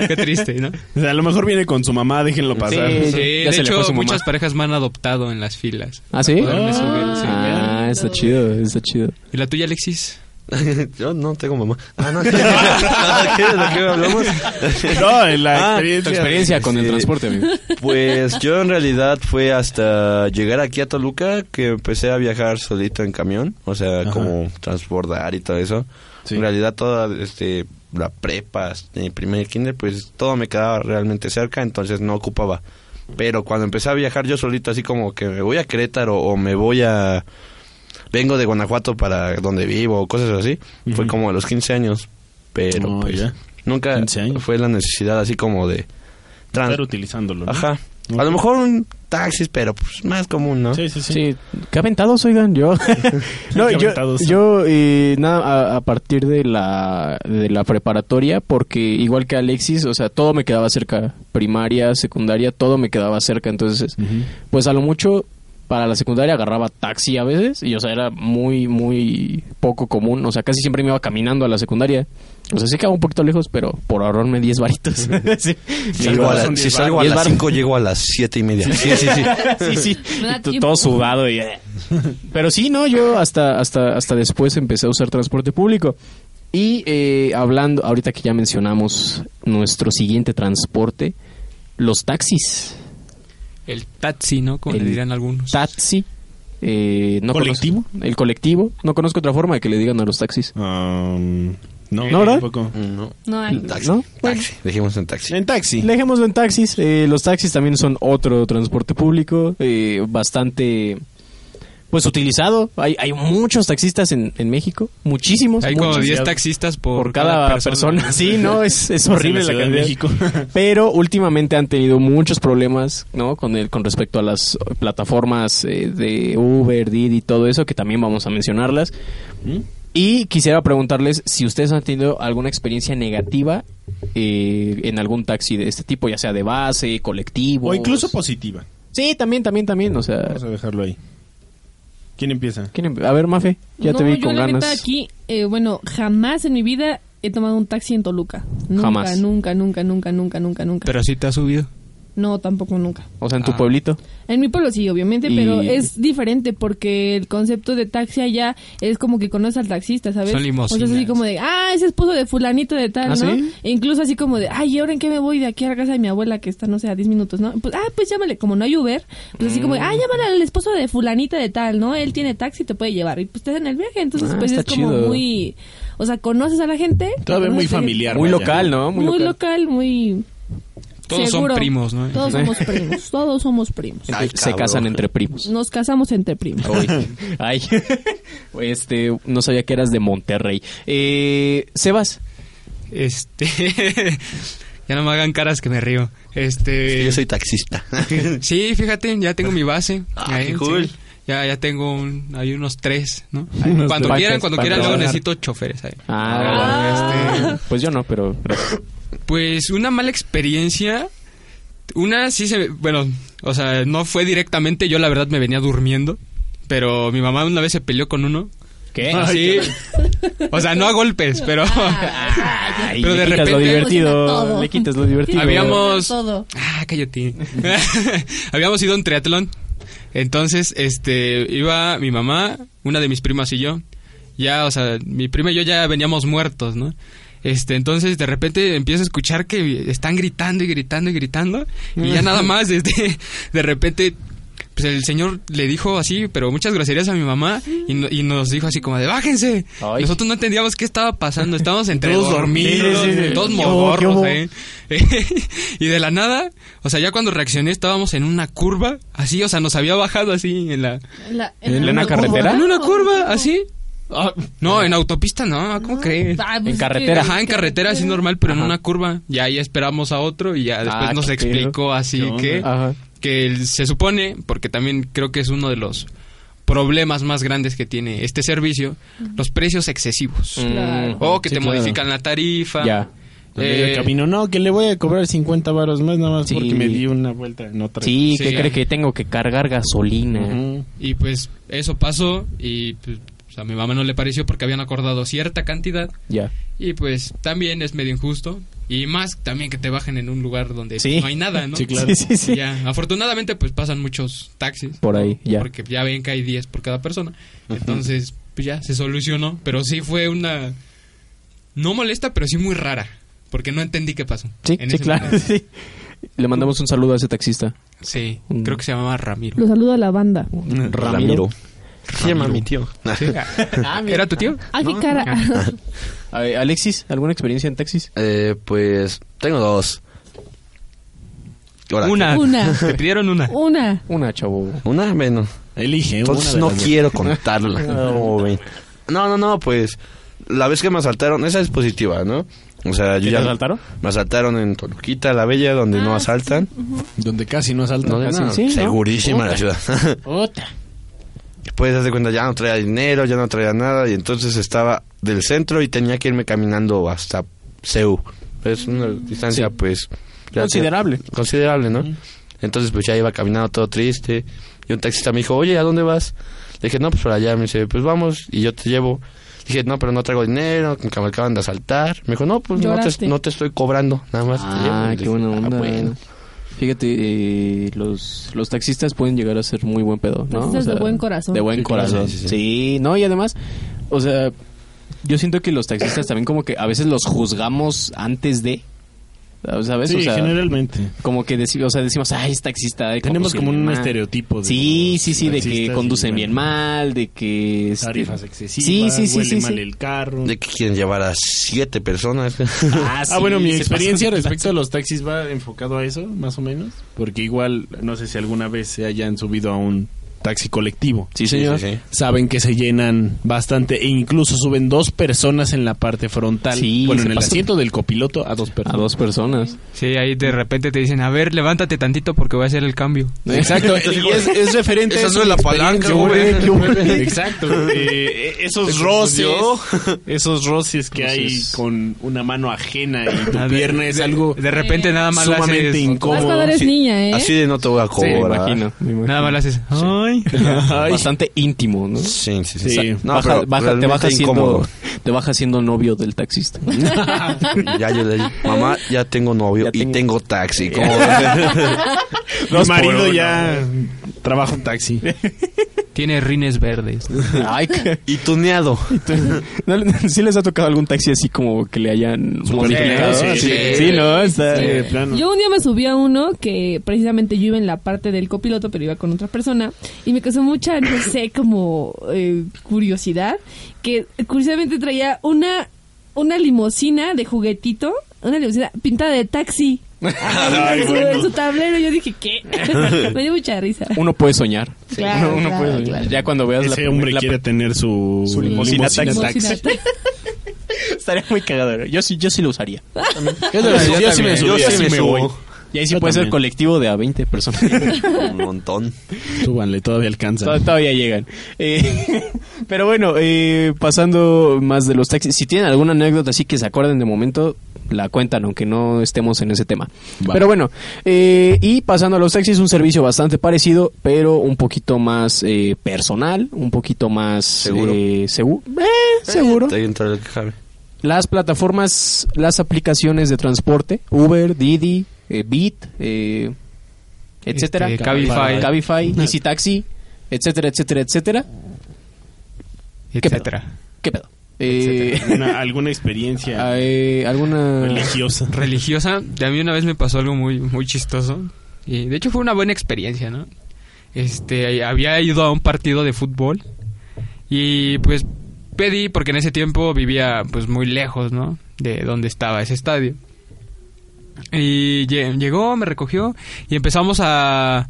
S3: qué triste, ¿no?
S6: O sea, a lo mejor viene con su mamá, déjenlo pasar.
S4: Sí, ya
S3: Sí, de
S4: se le fue
S3: hecho,
S4: su mamá.
S3: muchas parejas me han adoptado en las filas.
S4: ¿Ah, sí?
S3: Poderme subir, sí.
S4: Ah, está chido, está chido.
S3: ¿Y la tuya, Alexis?
S2: Yo no tengo mamá. Ah, no. ¿Qué es lo que hablamos?
S6: No, en la
S2: Ah,
S6: experiencia.
S4: Tu experiencia con el
S2: Sí.
S4: transporte, amigo.
S2: Pues yo en realidad fue hasta llegar aquí a Toluca que empecé a viajar solito en camión, o sea, como transbordar y todo eso.
S6: Sí.
S2: En realidad toda este la prepa, este, primer kinder, pues todo me quedaba realmente cerca, entonces no ocupaba. Pero cuando empecé a viajar yo solito así como que me voy a Querétaro o me voy a vengo de Guanajuato para donde vivo o cosas así, fue como a los 15 años, pero
S6: Oh,
S2: pues
S6: ya.
S2: nunca
S6: 15 años.
S2: fue la necesidad así como de trans-
S6: Estar utilizándolo. ¿no?
S2: Ajá. A lo mejor un taxi, pero pues más común, ¿no?
S6: Sí, sí, sí.
S4: Sí, qué aventados, oigan, yo. no,
S6: Qué
S4: yo,
S6: aventados.
S4: yo eh, nada, a, a partir de la, de la preparatoria, porque igual que Alexis, o sea, todo me quedaba cerca, primaria, secundaria, todo me quedaba cerca, entonces, pues a lo mucho para la secundaria agarraba taxi a veces, y o sea, era muy, muy poco común, o sea, casi siempre me iba caminando a la secundaria. O sea, sí quedaba un poquito lejos, pero por ahorrarme 10 varitos. sí.
S2: Si salgo a, la-
S6: Son
S2: si
S6: diez
S2: salgo a
S4: bar- diez
S2: las
S4: bar-
S2: 5, llego a las 7 y media. Sí, sí, sí.
S4: sí, sí.
S5: No da
S4: Y tú
S5: tiempo.
S4: todo sudado y... eh. Pero sí, no, yo hasta, hasta, hasta después empecé a usar transporte público. Y eh, hablando, ahorita que ya mencionamos nuestro siguiente transporte, los taxis.
S3: El taxi, ¿no? Como
S4: El
S3: le dirán algunos.
S4: Taxi. eh, no
S6: ¿Colectivo?
S4: conozco- el colectivo. No conozco otra forma de que le digan a los taxis.
S6: Um, no,
S4: ¿No, verdad?
S6: tampoco.
S2: Mm, No.
S5: No hay.
S2: Taxi.
S4: ¿No?
S2: Taxi. Dijimos en taxi.
S6: En taxi.
S4: Dejémoslo en taxis. Eh, los taxis también son otro transporte público eh, bastante pues utilizado. Hay, hay muchos taxistas en, en México, muchísimos.
S3: Hay como
S4: muchos.
S3: 10 taxistas por,
S4: por cada, persona. Sí, no, es, es horrible
S6: Pues En la
S4: la,
S6: Ciudad de
S4: cantidad. Pero últimamente han tenido muchos problemas, ¿no? Con el, con respecto a las plataformas eh, de Uber, Didi y todo eso, que también vamos a mencionarlas.
S6: ¿Mm?
S4: Y quisiera preguntarles si ustedes han tenido alguna experiencia negativa eh, en algún taxi de este tipo, ya sea de base, colectivo.
S6: O incluso pues, positiva.
S4: Sí, también, también, también. O sea,
S6: Vamos a dejarlo ahí. ¿Quién empieza?
S4: ¿quién em- a ver, Mafe, ya te vi
S5: yo
S4: con
S5: la neta,
S4: ganas.
S5: aquí, eh, bueno, jamás en mi vida he tomado un taxi en Toluca. Nunca,
S4: Jamás.
S5: nunca, nunca, nunca, nunca, nunca, nunca.
S3: Pero sí te ha subido.
S5: No, tampoco nunca.
S4: O sea, en tu
S3: Ah.
S4: pueblito.
S5: En mi pueblo sí, obviamente,
S4: Y-
S5: pero es diferente porque el concepto de taxi allá es como que conoces al taxista, ¿sabes?
S3: Son limosinas.
S5: O sea, es así como de, ah, ese esposo de fulanito de tal,
S4: ¿Ah,
S5: ¿no?
S4: sí?
S5: E incluso así como de, ay, ¿y ahora en qué me voy de aquí a la casa de mi abuela que está, no sé, a 10 minutos, ¿no? Pues, ah, pues llámale, como no hay Uber, pues así como, ah, llámale al esposo de fulanita de tal, ¿no? Él tiene taxi, te puede llevar. Y pues te hacen el viaje, entonces
S4: Ah,
S5: pues
S4: está
S5: es como
S4: chido.
S5: muy, o sea, conoces a la gente.
S6: Todavía muy
S5: conoces a la gente.
S6: familiar.
S4: Muy
S6: vaya.
S4: local, ¿no?
S5: Muy, local. muy...
S3: Todos son
S5: seguro.
S3: primos, ¿no?
S5: Todos somos primos, todos somos primos.
S4: Entonces, se casan entre primos.
S5: Nos casamos entre primos.
S4: Ay, este, no sabía que eras de Monterrey. Eh, Sebas,
S3: Este. ya no me hagan caras que me río. Este.
S2: Yo soy taxista.
S3: Sí, fíjate, ya tengo mi base.
S2: Ah, qué cool.
S3: sí. Ya, ya tengo un, hay unos tres, ¿no?
S4: Unos
S3: cuando
S4: tres.
S3: quieran, cuando
S4: Para
S3: quieran, luego
S4: trabajar.
S3: necesito choferes ahí. Este,
S4: Ah, pues yo no, pero gracias.
S3: Pues una mala experiencia. Una sí se. Bueno, o sea, no fue directamente. Yo la verdad me venía durmiendo. Pero mi mamá una vez se peleó con uno.
S4: ¿qué?
S3: Sí. O sea, no a golpes, pero.
S4: Ah, Ay,
S3: Pero
S4: le
S3: de
S4: quitas lo
S3: repente-
S4: divertido, le quitas lo divertido.
S3: Habíamos-
S5: Todo.
S3: Ah, cállate. Habíamos ido a un triatlón. Entonces, este, iba mi mamá, una de mis primas y yo. Ya, o sea, mi prima y yo ya veníamos muertos, ¿no? Este, entonces de repente empiezo a escuchar que están gritando y gritando y gritando. Y ya nada más, este, de repente, pues el señor le dijo así, pero muchas groserías a mi mamá. Y, no- y nos dijo así como de, bájense.
S4: Ay.
S3: Nosotros no entendíamos qué estaba pasando. Estábamos entre
S6: Todos
S3: dormidos,
S6: dormidos, sí, sí.
S3: todos
S6: ¿Qué hubo, qué
S3: modorros,
S6: hubo?
S3: ¿eh? y de la nada, o sea, ya cuando reaccioné estábamos en una curva, así, o sea, nos había bajado así en la...
S4: ¿En una carretera?
S3: En una curva, así. Ah,
S4: pues,
S3: no, en autopista no, ¿cómo crees?
S4: En carretera.
S3: Ajá, en pues carretera así normal, pero en
S4: Ajá.
S3: una curva. Y ahí esperamos a otro y ya después
S4: Ah,
S3: nos
S4: qué
S3: explicó así
S6: ¿Qué onda?
S3: que
S4: Ajá.
S3: que el- se supone, porque también creo que es uno de los problemas más grandes que tiene este servicio, los precios excesivos.
S4: Mm,
S3: O oh, que
S4: sí,
S3: te
S4: claro.
S3: modifican la tarifa.
S4: Ya.
S6: Donde
S3: Eh,
S6: yo camino, no, que le voy a cobrar 50 varos más nada más
S4: Sí.
S6: porque me di una vuelta en otra.
S4: Sí,
S3: Sí.
S4: que cree que tengo que cargar gasolina.
S6: Ujú.
S3: Y pues eso pasó y pues, pues, a mi mamá no le pareció porque habían acordado cierta cantidad
S4: Ya.
S3: y pues también es medio injusto y más también que te bajen en un lugar donde
S4: Sí.
S3: no hay nada, ¿no?
S6: Sí, claro.
S4: Sí, sí, sí.
S3: Ya, afortunadamente pues pasan muchos taxis.
S4: Por ahí,
S3: ¿no?
S4: ya.
S3: Porque ya ven que hay 10 por cada persona. Entonces, pues ya, se solucionó. Pero sí fue una... No molesta, pero sí muy rara. Porque no entendí qué pasó.
S4: Sí,
S3: en
S4: sí,
S3: ese
S4: claro.
S3: momento.
S4: sí. Le mandamos un saludo a ese taxista.
S3: Sí,
S4: Mm.
S3: creo que se llamaba Ramiro.
S5: Lo saludo a la banda.
S4: Ramiro. Ah,
S2: Se llama mi tío.
S3: Sí. ¿Era tu tío?
S5: Ay, Ah, qué cara.
S4: A ver, Alexis, ¿alguna experiencia en taxis?
S2: Eh, pues tengo dos. Ahora,
S3: Una.
S5: Una.
S3: Te pidieron una.
S5: Una.
S4: Una, chavo.
S2: Una menos.
S6: Elige
S2: Entonces
S6: una
S2: no
S6: de las dos.
S2: quiero contarla. no, ven. no, no, no, pues la vez que me asaltaron, esa es positiva, ¿no? O sea, yo
S6: ¿Que
S2: ya
S6: te asaltaron?
S2: me asaltaron en Toluquita, la Bella, donde no
S5: Ah,
S2: asaltan.
S7: Donde casi no asaltan.
S2: Donde
S7: Casi
S2: no,
S7: no.
S4: sí, ¿no?
S2: segurísima la ciudad.
S6: Otra.
S2: pues haz de cuenta, ya no traía dinero, ya no traía nada, y entonces estaba del centro y tenía que irme caminando hasta Ceú. Es una distancia, pues... relativa-
S4: Mm, Considerable. Mm.
S2: Considerable, ¿no? Entonces, pues ya iba caminando todo triste, y un taxista me dijo, oye, ¿a dónde vas? Le dije, no, pues para allá. Me dice, pues vamos, y yo te llevo. Dije, no, pero no traigo dinero, que me acaban de asaltar. Me dijo, no, pues no
S5: Lloraste.
S2: te, no te estoy cobrando, nada más. te llevo".
S4: Ah,
S2: Le
S4: qué
S2: dije,
S4: buena
S2: "Ah,
S4: onda.
S2: bueno".
S4: Fíjate, eh, los, los taxistas pueden llegar a ser muy buen pedo, ¿no?
S5: Taxistas de buen corazón.
S4: De buen
S5: Sí, claro.
S4: corazón. Sí,
S2: Sí, sí, sí.
S4: no, y además, o sea, yo siento que los taxistas también como que a veces los juzgamos antes de, ¿sabes?
S6: Sí,
S4: o sea,
S6: generalmente.
S4: como que deci- o sea, decimos, ay, es taxista. ay,
S6: Tenemos
S4: conduce
S6: como
S4: bien
S6: un
S4: mal".
S6: estereotipo. De
S4: Sí,
S6: los
S4: sí, sí, de que
S6: taxistas y,
S4: conducen
S6: bueno,
S4: bien mal, de que... este-
S6: Tarifas excesivas,
S4: Sí, sí, sí,
S6: huele
S4: sí,
S6: mal
S4: sí.
S6: el carro.
S2: De que quieren llevar a siete personas.
S4: Ah,
S6: Ah, bueno, mi
S4: se
S6: experiencia
S4: pasan de
S6: respecto a los taxis va enfocado a eso, más o menos. Porque igual, no sé si alguna vez se hayan subido a un taxi colectivo.
S2: Sí, señor. Sí, sí, sí.
S6: Saben que se llenan bastante e incluso suben dos personas en la parte frontal.
S4: Sí,
S6: bueno,
S4: se
S6: en el
S4: pasan.
S6: asiento del copiloto a dos
S4: A
S6: personas.
S4: dos personas.
S3: Sí, ahí de repente te dicen, a ver, levántate tantito porque voy a hacer el cambio.
S6: Exacto, y es, es referente
S7: Esa
S6: a
S7: no es la palanca, güey.
S6: Exacto. eh, esos roces, esos roces que hay con una mano ajena y tu
S3: Ah, de-
S6: pierna es algo
S3: De repente nada más la
S6: sumamente
S3: haces...
S5: Más
S6: incómodo.
S5: cuando eres
S6: Sí.
S5: niña, ¿eh?
S2: Así de no te voy a cobrar.
S4: me imagino. me imagino.
S3: Nada más la haces... Ay.
S4: Bastante íntimo, ¿no?
S2: Sí, sí, sí.
S6: Sí.
S2: Sa- No,
S4: Baja-
S2: pero
S4: baja- te
S2: realmente
S4: baja siendo
S2: incómodo.
S4: te baja siendo novio del taxista.
S2: Ya yo le dije, mamá, ya tengo novio
S4: Ah.
S2: y
S4: Ya tengo-
S2: tengo taxi. ¿cómo ves?
S6: Mi marido ya trabaja un taxi.
S3: Tiene rines verdes.
S4: Ay, qué-
S2: y tuneado.
S4: ¿No le- ¿Sí les ha tocado algún taxi así como que le hayan modificado?
S6: sí,
S4: sí,
S6: sí.
S4: sí, ¿no? Está-
S6: Sí, de plano.
S5: Yo un día me subí a uno que precisamente yo iba en la parte del copiloto, pero iba con otra persona. Y me causó mucha, no sé, como eh, curiosidad. Que curiosamente traía una, una limusina de juguetito, una limusina pintada de taxi. en, su, en su tablero. Yo dije, ¿qué? me dio mucha risa.
S4: Uno puede soñar.
S5: Claro,
S4: uno, uno
S5: claro,
S4: puede soñar.
S5: claro.
S4: Ya cuando veas
S6: Ese
S4: la,
S6: hombre
S4: la-
S6: quiere tener su,
S4: Su limusina taxi.
S5: Limusina taxi.
S4: estaría muy cagado. Yo sí, yo sí lo usaría.
S6: Yo, sí me
S2: Yo sí me subo.
S4: Y ahí sí
S6: Yo
S4: puede ser
S6: también.
S4: colectivo de a 20 personas.
S2: Un montón.
S6: Súbanle, todavía
S4: Tod-
S6: alcanza.
S4: Todavía llegan. Eh, pero bueno, eh, pasando más de los taxis, si tienen alguna anécdota así que se acuerden de momento, la cuentan, aunque no estemos en ese tema.
S6: Va.
S4: Pero bueno, eh, y pasando a los taxis, un servicio bastante parecido, pero un poquito más eh, personal, un poquito más
S2: Seguro.
S4: eh, segu- eh, seguro.
S2: Ahí entra el Javi.
S4: Las plataformas, las aplicaciones de transporte, Uber, Didi, eh, Bit, eh, etcétera.
S3: Este, Cabify.
S4: Cabify, Easy Taxi, etcétera, etcétera, etcétera.
S3: Etcétera.
S4: ¿Qué pedo? Eh,
S6: Una- alguna experiencia
S4: eh, ¿Alguna...?
S6: religiosa.
S3: religiosa, a mí una vez me pasó algo muy, muy chistoso. Y de hecho fue una buena experiencia, ¿no? Este, había ido a un partido de fútbol y pues pedí, porque en ese tiempo vivía pues muy lejos, ¿no? De donde estaba ese estadio. Y lle- llegó, me recogió y empezamos a,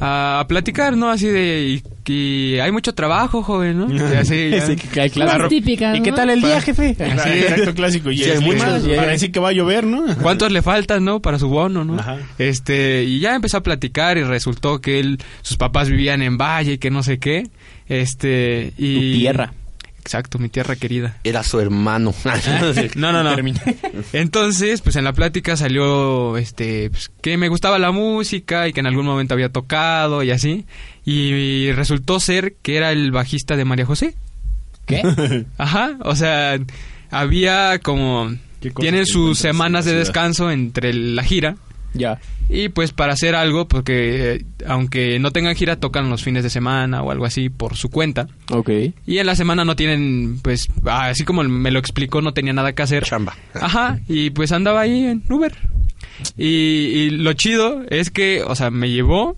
S3: a platicar, ¿no? Así de, y, y hay mucho trabajo, joven, ¿no? Y así, ya.
S4: Sí, que-
S5: Las típicas,
S4: ¿Y qué
S5: ¿no?
S4: tal el día, jefe?
S6: Ajá, Ah, Exacto, clásico. Y
S4: Sí, hay
S6: es
S4: muchos,
S6: más,
S4: ya, ya.
S6: parece que va a llover, ¿no?
S3: ¿Cuántos le faltan, no? Para su bono, ¿no?
S6: Ajá.
S3: Este, y ya empezó a platicar y resultó que él, sus papás vivían en Valle, que no sé qué. Este, y...
S4: Tu tierra.
S3: Exacto, mi tierra querida.
S2: Era su hermano.
S4: Ah,
S6: Ah,
S3: No, no, no. Entonces, pues en la plática salió, este, pues, que me gustaba la música y que en algún momento había tocado y así. Y resultó ser que era el bajista de María José.
S4: ¿Qué?
S3: Ajá, o sea, había como...
S6: ¿Qué cosas
S3: Tienen
S6: que
S3: sus
S6: encuentras en
S3: semanas
S6: la
S3: de
S6: ciudad?
S3: descanso entre la gira.
S4: Ya.
S3: Y pues para hacer algo, porque eh, aunque no tengan gira, tocan los fines de semana o algo así por su cuenta.
S4: Ok.
S3: Y en la semana no tienen, pues, ah, así como me lo explicó, no tenía nada que hacer.
S2: Chamba.
S3: Ajá, y pues andaba ahí en Uber. Y, y lo chido es que, o sea, me llevó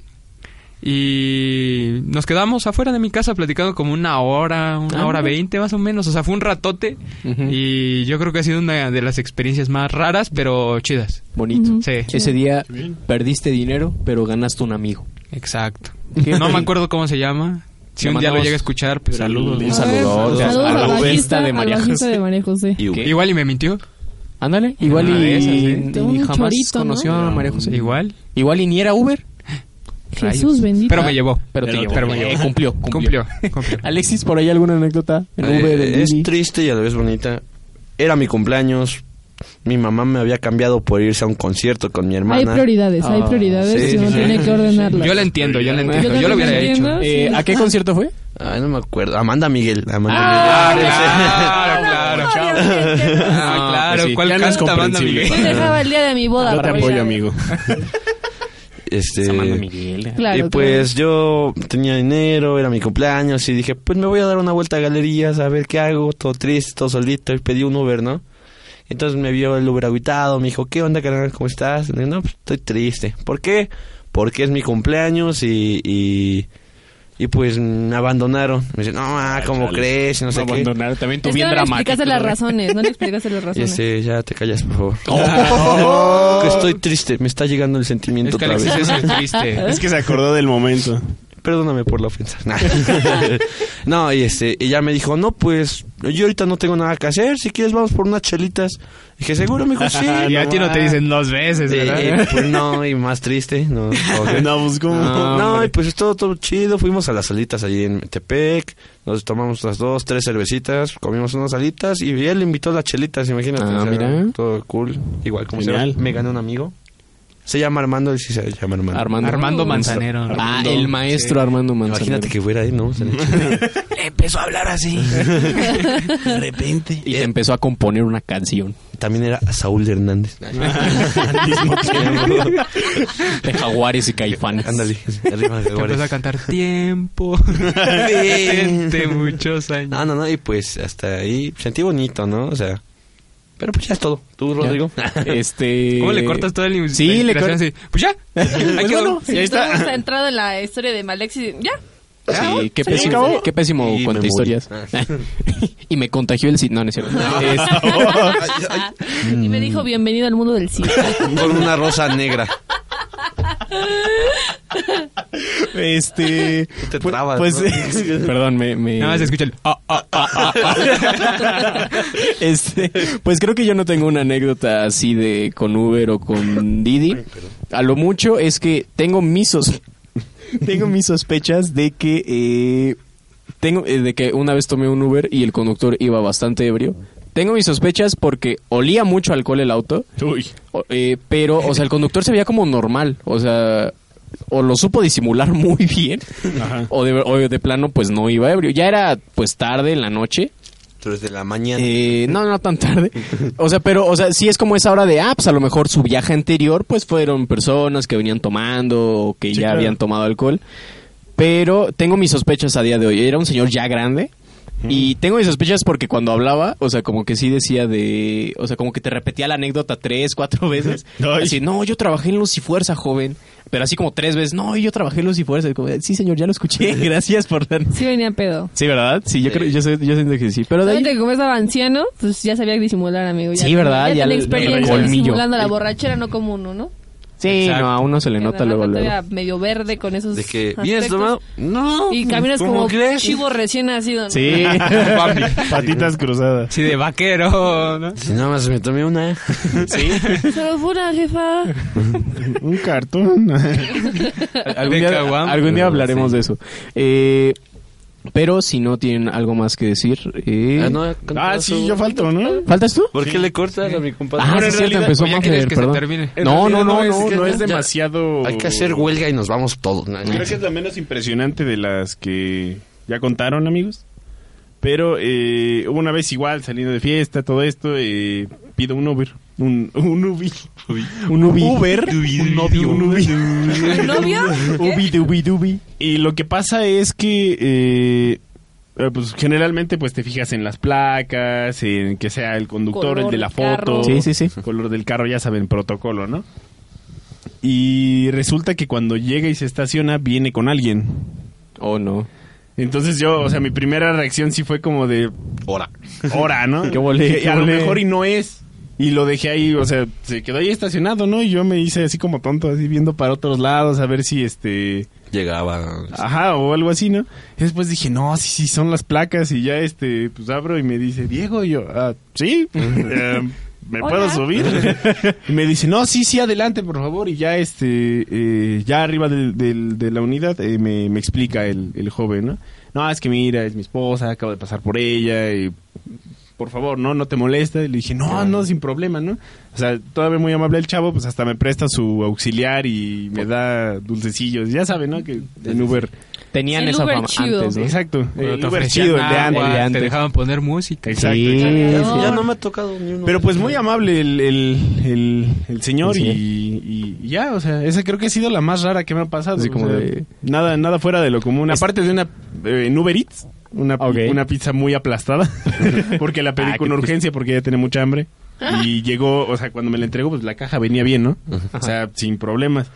S3: y nos quedamos afuera de mi casa platicando como una hora, una
S4: Ah,
S3: hora
S4: mira.
S3: veinte más o menos. O sea, fue un ratote.
S4: Ujú.
S3: Y yo creo que ha sido una de las experiencias más raras, pero chidas.
S4: Bonito.
S5: Ujú.
S3: Sí.
S4: Ese día
S6: Bien.
S4: perdiste dinero, pero ganaste un amigo.
S3: Exacto.
S4: ¿Qué?
S3: No me acuerdo cómo se llama. Si
S4: Le
S3: un día lo
S4: mandamos-
S3: llega a escuchar, pues
S6: Saludos.
S4: Un
S5: Saludos
S4: saludo.
S5: al
S4: a la
S5: bajista
S4: besta
S5: de
S4: de María José.
S5: de María José.
S2: Y-
S4: ¿Qué?
S3: Igual y me mintió.
S4: Ándale, igual
S3: Ah,
S4: y,
S3: de esas, ¿eh?
S4: y
S5: Un
S4: jamás
S5: chorito, ¿no?
S4: conoció a María José.
S3: Igual.
S4: Igual y ni era Uber,
S5: Jesús bendito.
S3: Pero me llevó.
S4: pero, te
S3: Pero-
S4: llevó.
S3: pero me
S4: Eh,
S3: llevó.
S4: cumplió, cumplió.
S3: Cumplió. cumplió.
S4: Alexis, ¿por ahí alguna anécdota en
S2: Eh,
S4: Uber, en
S2: es
S4: Didi?
S2: triste y a la vez bonita. Era mi cumpleaños. Mi mamá me había cambiado por irse a un concierto con mi
S5: Hay
S2: hermana.
S5: prioridades, hay
S4: Ah,
S5: prioridades
S2: sí,
S5: y uno
S2: sí,
S5: tiene que ordenarlas.
S3: Yo la entiendo, yo la entiendo. Yo,
S5: también
S3: lo hubiera hecho.
S5: entiendo,
S4: Eh,
S5: sí.
S4: ¿A qué concierto fue?
S2: Ay, no me acuerdo. Amanda Miguel. Amanda
S3: Ah,
S2: Miguel.
S3: claro, claro. Ah, claro,
S6: pues sí,
S3: ¿cuál
S6: ya no es
S3: canta banda
S6: comprensible.
S3: Miguel?
S5: Yo dejaba el día de mi boda.
S6: Yo te
S5: para
S6: apoyo,
S5: bailar.
S6: amigo.
S2: Este,
S5: Claro.
S2: y pues yo tenía dinero, era mi cumpleaños y dije, pues me voy a dar una vuelta a galerías a ver qué hago, todo triste, todo solito y pedí un Uber, ¿no? Entonces me vio el Uber agüitado, me dijo, ¿qué onda, carnal? ¿Cómo estás? Le digo, no, pues estoy triste. ¿Por qué? Porque es mi cumpleaños y, y, y, pues me abandonaron. Me dice, no, ah, ¿cómo crees? Y No sé qué.
S4: abandonar también
S5: Es que no le explicaste las razones, no le explicaste las
S2: Y
S5: razones.
S2: este, ya te callas, por favor. Que estoy triste, me está llegando el sentimiento
S3: Oh. Es
S2: otra
S3: que
S2: vez.
S3: Alexis es el triste.
S6: Es que se acordó del momento.
S2: perdóname por la ofensa. no, y este, y ya me dijo, no, pues, yo ahorita no tengo nada que hacer, si quieres vamos por unas chelitas. Dije, seguro, me dijo, sí.
S8: Y a ti no te dicen dos veces,
S2: Ah, Sí,
S8: ¿verdad?
S2: eh, pues no, y más triste, no. como que-
S6: No, pues, ¿cómo?
S2: No, y pues todo, todo chido. Fuimos a las salitas allí en Metepec. Nos tomamos las dos, tres cervecitas, comimos unas salitas y él invitó las chelitas, imagínate.
S4: Ah, mira.
S2: Todo cool. Igual, como se llama?
S6: Genial.
S2: Me ganó un amigo. Se llama Armando, él sí se llama Armando.
S4: Armando.
S8: Armando Manzanero. ¿no?
S4: Ah, el maestro Armando Manzanero.
S2: Imagínate que fuera ahí, ¿no? Sería chido.
S6: Empezó a hablar así. De repente.
S4: Y te empezó a componer una canción
S2: También era Saúl Hernández.
S4: de Jaguares y Caifanes.
S2: Ándale, arriba de
S8: Te empezó a
S2: Juárez.
S8: cantar tiempo. de muchos años.
S2: No, no, no, y pues hasta ahí sentí bonito, ¿no? O sea, pero pues ya Eh, es todo. ¿Tú, Rodrigo?
S4: Este...
S8: ¿Cómo le cortas todo el
S4: Sí, le cortas.
S8: Pues ya. Ahí quedó.
S5: Si está. entrado en la historia de Malexis, ya.
S4: Sí, qué
S5: Sí,
S4: pésimo,
S5: acabó.
S4: qué pésimo
S2: Y me
S4: cuenta
S2: morí. Ah.
S4: historias. y me contagió el cine. No, no es cierto. Este,
S5: y me dijo, bienvenido al mundo del cine.
S2: Con una rosa negra.
S4: este,
S2: Te trabas,
S4: pues,
S2: ¿no?
S4: perdón, me, me- ah,
S8: Nada más escucha el.
S3: "Oh,
S8: ah, ah, ah, ah.
S4: Este, pues creo que yo no tengo una anécdota así de con Uber o con Didi. A lo mucho es que tengo mis sos- tengo mis sospechas de que eh, tengo eh, de que una vez tomé un Uber y el conductor iba bastante ebrio. Tengo mis sospechas porque olía mucho alcohol el auto.
S6: Uy.
S4: O- eh, pero, o sea, el conductor se veía como normal. O sea, o lo supo disimular muy bien, o, de, o de plano, pues no iba ebrio. Ya era, pues, tarde en la noche.
S2: Tres de la mañana.
S4: Eh, no, no tan tarde. O sea, pero, o sea, sí es como esa hora de, apps a lo mejor su viaje anterior, pues fueron personas que venían tomando o que
S6: Sí,
S4: ya
S6: claro.
S4: habían tomado alcohol. Pero tengo mis sospechas a día de hoy. Era un señor ya grande. Y tengo mis sospechas porque cuando hablaba, o sea, como que sí decía de. O sea, como que te repetía la anécdota tres, cuatro veces.
S6: Ay.
S4: Así, no, yo trabajé en Luz y Fuerza, joven. Pero así como tres veces, no, yo trabajé en Luz y Fuerza. Y como, sí, señor, ya lo escuché. Gracias por dar.
S5: Sí venía pedo.
S4: Sí, ¿verdad? Sí, yo creo, yo, sé- yo siento que sí. Pero de ahí.
S5: Solamente que como estaba anciano, pues ya sabía disimular, amigo. Ya,
S4: Sí, ¿verdad?
S5: Ya,
S4: Ya
S5: tenía
S4: el-
S5: experiencia
S4: el colmillo.
S5: disimulando la borrachera, no como uno, ¿no?
S4: Sí,
S8: Exacto.
S4: no, a uno se le
S5: Que
S4: nota
S5: además
S4: luego, luego.
S5: todavía medio verde con esos
S2: De que, ¿vienes
S5: aspectos.
S2: tomado? No.
S5: Y caminas
S2: ¿cómo
S5: como
S2: crees?
S5: chivo recién nacido, ¿no?
S6: Sí.
S3: oh,
S6: Patitas cruzadas.
S8: Sí, de vaquero. ¿no?
S2: Si nada más me tomé una. ¿eh?
S5: Solo fue una jefa.
S6: Un cartón.
S4: Algún
S8: De
S4: día,
S8: caguama.
S4: algún día hablaremos de eso. Eh, pero si no tienen algo más que decir... eh,
S2: Ah, no,
S6: Ah, sí, yo falto, ¿no?
S4: ¿Faltas tú?
S2: ¿Por qué le cortas a mi compadre?
S4: Ah,
S8: Pero Pues, en
S4: sí, es cierto,
S8: realidad,
S4: empezó
S8: o ya
S4: Maffer,
S8: quieres que se
S4: perdón.
S8: termine.
S6: En
S4: No,
S6: realidad
S4: no, no, no,
S6: es, que
S4: no
S6: no
S4: es
S6: es
S4: ya-
S6: demasiado.
S2: Hay que hacer huelga y nos vamos todos.
S6: Creo que es la menos impresionante de las que ya contaron, amigos. Pero eh, hubo una vez igual, saliendo de fiesta, todo esto, eh, pido un Uber. Un, un Ubi.
S4: Un Ubi.
S6: Uber. Un novio. Un Ubi.
S5: ¿El novio?
S6: Ubi dubi dubi. Y lo que pasa es que, eh, eh, pues generalmente, pues te fijas en las placas, en que sea el conductor,
S5: Color
S6: el de la
S5: del carro.
S6: foto.
S4: Sí, sí, sí.
S6: Color del carro, ya saben, protocolo, ¿no? Y resulta que cuando llega y se estaciona, viene con alguien.
S4: Oh, no.
S6: Entonces yo, o sea, mi primera reacción sí fue como de,
S2: Hora.
S6: hora, ¿no?
S4: Qué volé,
S6: Dije,
S4: qué
S6: a lo
S4: volé.
S6: mejor y no es. Y lo dejé ahí, o sea, se quedó ahí estacionado, ¿no? Y yo me hice así como tonto, así viendo para otros lados, a ver si este...
S2: Llegaba.
S6: Ajá, o algo así, ¿no? Y después dije, no, sí, sí, son las placas. Y ya, este, pues abro y me dice, Diego, y yo, ah, sí, eh, ¿me
S5: Hola.
S6: puedo subir? y me dice, no, sí, sí, adelante, por favor. Y ya, este, eh, ya arriba del- del- de la unidad eh, me, me explica el, el joven, ¿no? No, es que mira, es mi esposa, acabo de pasar por ella y... Por favor, no, no te molesta. Y le dije, no, no, sin problema, ¿no? O sea, todavía muy amable el chavo, pues hasta me presta su auxiliar y me da dulcecillos. Ya sabe, ¿no? Que en Uber
S4: Tenían
S5: El
S4: esa
S5: Uber
S4: fama
S5: chido.
S4: antes, ¿no?
S6: Exacto.
S8: Cuando
S6: El
S8: te
S6: Uber
S8: ofrecían
S6: chido, el de
S8: agua,
S6: antes.
S4: el de
S8: Te
S4: antes.
S8: dejaban poner música.
S6: Exacto.
S5: Exacto.
S2: Ya no me ha tocado ni uno.
S6: Pero pues muy amable el, el, el, el señor y, y- y ya, o sea, esa creo que ha sido la más rara que me ha pasado.
S4: Así
S6: o
S4: como
S6: sea,
S4: de-
S6: Nada, nada fuera de lo común. Aparte de una... eh, en Uber Eats, una, pi-
S4: Ok.
S6: una pizza muy aplastada. porque la pedí
S4: Ah,
S6: con
S4: qué
S6: urgencia porque ya tenía mucha hambre. Y llegó, o sea, cuando me la entregó, pues la caja venía bien, ¿no? O sea, sin problemas.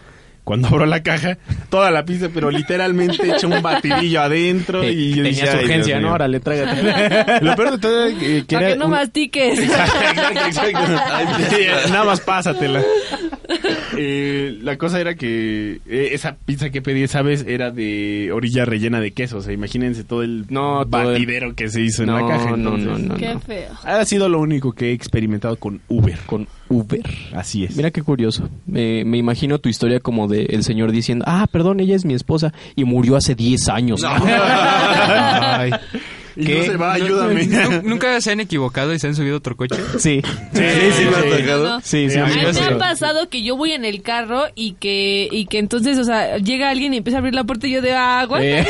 S6: Cuando abro la caja, toda la pizza, pero literalmente hecho un batidillo adentro.
S4: Eh,
S6: y yo dije,
S4: Tenía su
S6: "Ay, Dios
S4: urgencia,
S6: mío".
S4: ¿no? Órale, trágate.
S6: Lo peor de todo es que, que
S5: Para
S6: era
S5: que no
S6: un-
S5: mastiques.
S2: eh,
S6: Exacto, exacto. Ay, sí, Nada más pásatela. Eh, la cosa era que eh, esa pizza que pedí esa vez era de orilla rellena de queso. O sea, imagínense todo el
S4: No, todo el-
S6: batidero que se hizo en la
S4: No,
S6: caja.
S4: no, no,
S6: entonces.
S4: no.
S5: Qué feo.
S6: Ha sido lo único que he experimentado con Uber.
S4: Con Uber.
S6: Así es.
S4: Mira qué curioso. Eh, me imagino tu historia como de el señor diciendo, ah, perdón, ella es mi esposa y murió hace 10 años.
S6: Ay. Y no se va, ayúdame.
S3: Nu- ¿Nunca se han equivocado y se han subido a otro coche?
S4: Sí. Sí,
S6: sí,
S4: sí.
S6: me ha
S4: Sí.
S6: tocado.
S5: No, no.
S4: Sí, sí,
S6: Eh,
S5: A
S4: sí.
S5: mí
S6: yo
S5: me
S6: sí.
S5: ha pasado que yo voy en el carro y que, y que entonces, o sea, llega alguien y empieza a abrir la puerta y yo de "Ah, agua.
S4: Eh,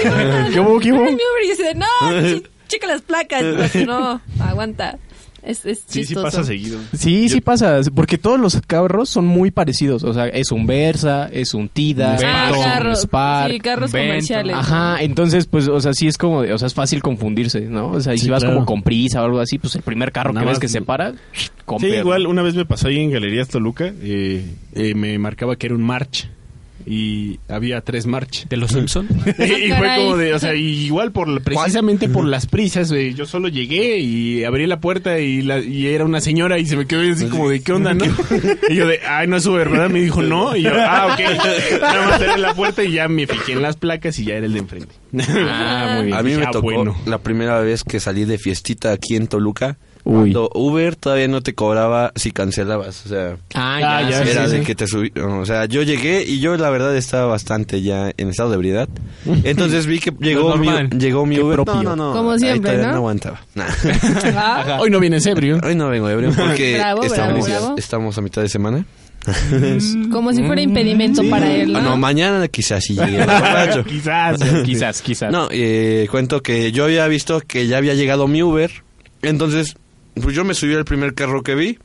S4: ¿qué hubo, qué hubo?
S5: Y yo de, no, ch- checa las placas. Y yo, No, aguanta. Es, es
S6: Sí, sí
S5: chistoso.
S6: pasa seguido.
S4: Sí, sí pasa, porque todos los carros son muy parecidos, o sea, es un Versa, es un Tida,
S5: Ah,
S4: es un
S5: carros,
S4: Spark.
S5: sí, carros
S3: Vento.
S5: comerciales.
S4: Ajá, entonces pues, o sea, sí es como, de- o sea, es fácil confundirse, ¿no? O sea, y si
S6: Sí,
S4: vas
S6: claro.
S4: como con prisa o algo así, pues el primer carro
S6: Nada
S4: que ves
S6: más-
S4: que se para,
S6: Sí,
S4: compra.
S6: igual una vez me pasó ahí en Galerías Toluca, eh, eh, me marcaba que era un March y había tres March.
S3: ¿De los Simpson?
S6: y fue
S5: Caray.
S6: como de, o sea, y igual por precisamente por las prisas, güey, yo solo llegué y abrí la puerta y, la, y era una señora y se me quedó así
S2: Pues,
S6: como de, ¿qué onda, no? y yo de, ay, no es Uber, ¿verdad? Me dijo, no. Y yo, ah, ok. Nada más cerré la puerta y ya me fijé en las placas y ya era el de enfrente.
S5: Ah, muy
S2: A mí
S6: Dije,
S2: me
S6: "Ah,
S2: tocó
S6: bueno".
S2: la primera vez que salí de fiestita aquí en Toluca.
S4: Uy.
S2: Cuando Uber todavía no te cobraba si cancelabas. O sea,
S4: Ah,
S6: Ah,
S4: ya,
S6: ya,
S4: sí,
S2: era
S4: sí,
S2: de
S4: sí.
S2: que te subí. O sea, yo llegué y yo la verdad estaba bastante ya en estado de ebriedad. Entonces vi que llegó mi,
S3: normal.
S2: llegó mi
S4: Qué
S2: Uber.
S4: propio.
S2: No, no, no.
S5: Como
S2: ahí
S5: siempre,
S2: todavía
S5: ¿no?
S2: aguantaba. Nah.
S5: Ah,
S6: Hoy no vienes ebrio.
S2: Hoy no vengo ebrio porque
S5: Bravo,
S2: estamos,
S5: bravo, bravo.
S2: estamos a mitad de semana.
S5: Como si fuera impedimento para él.
S2: Ah,
S5: ¿no?
S2: no, mañana quizás sí llegue borracho.
S6: Quizás,
S4: Quizás, quizás.
S2: No, eh, cuento que yo había visto que ya había llegado mi Uber. Entonces, pues yo me subí al primer carro que vi.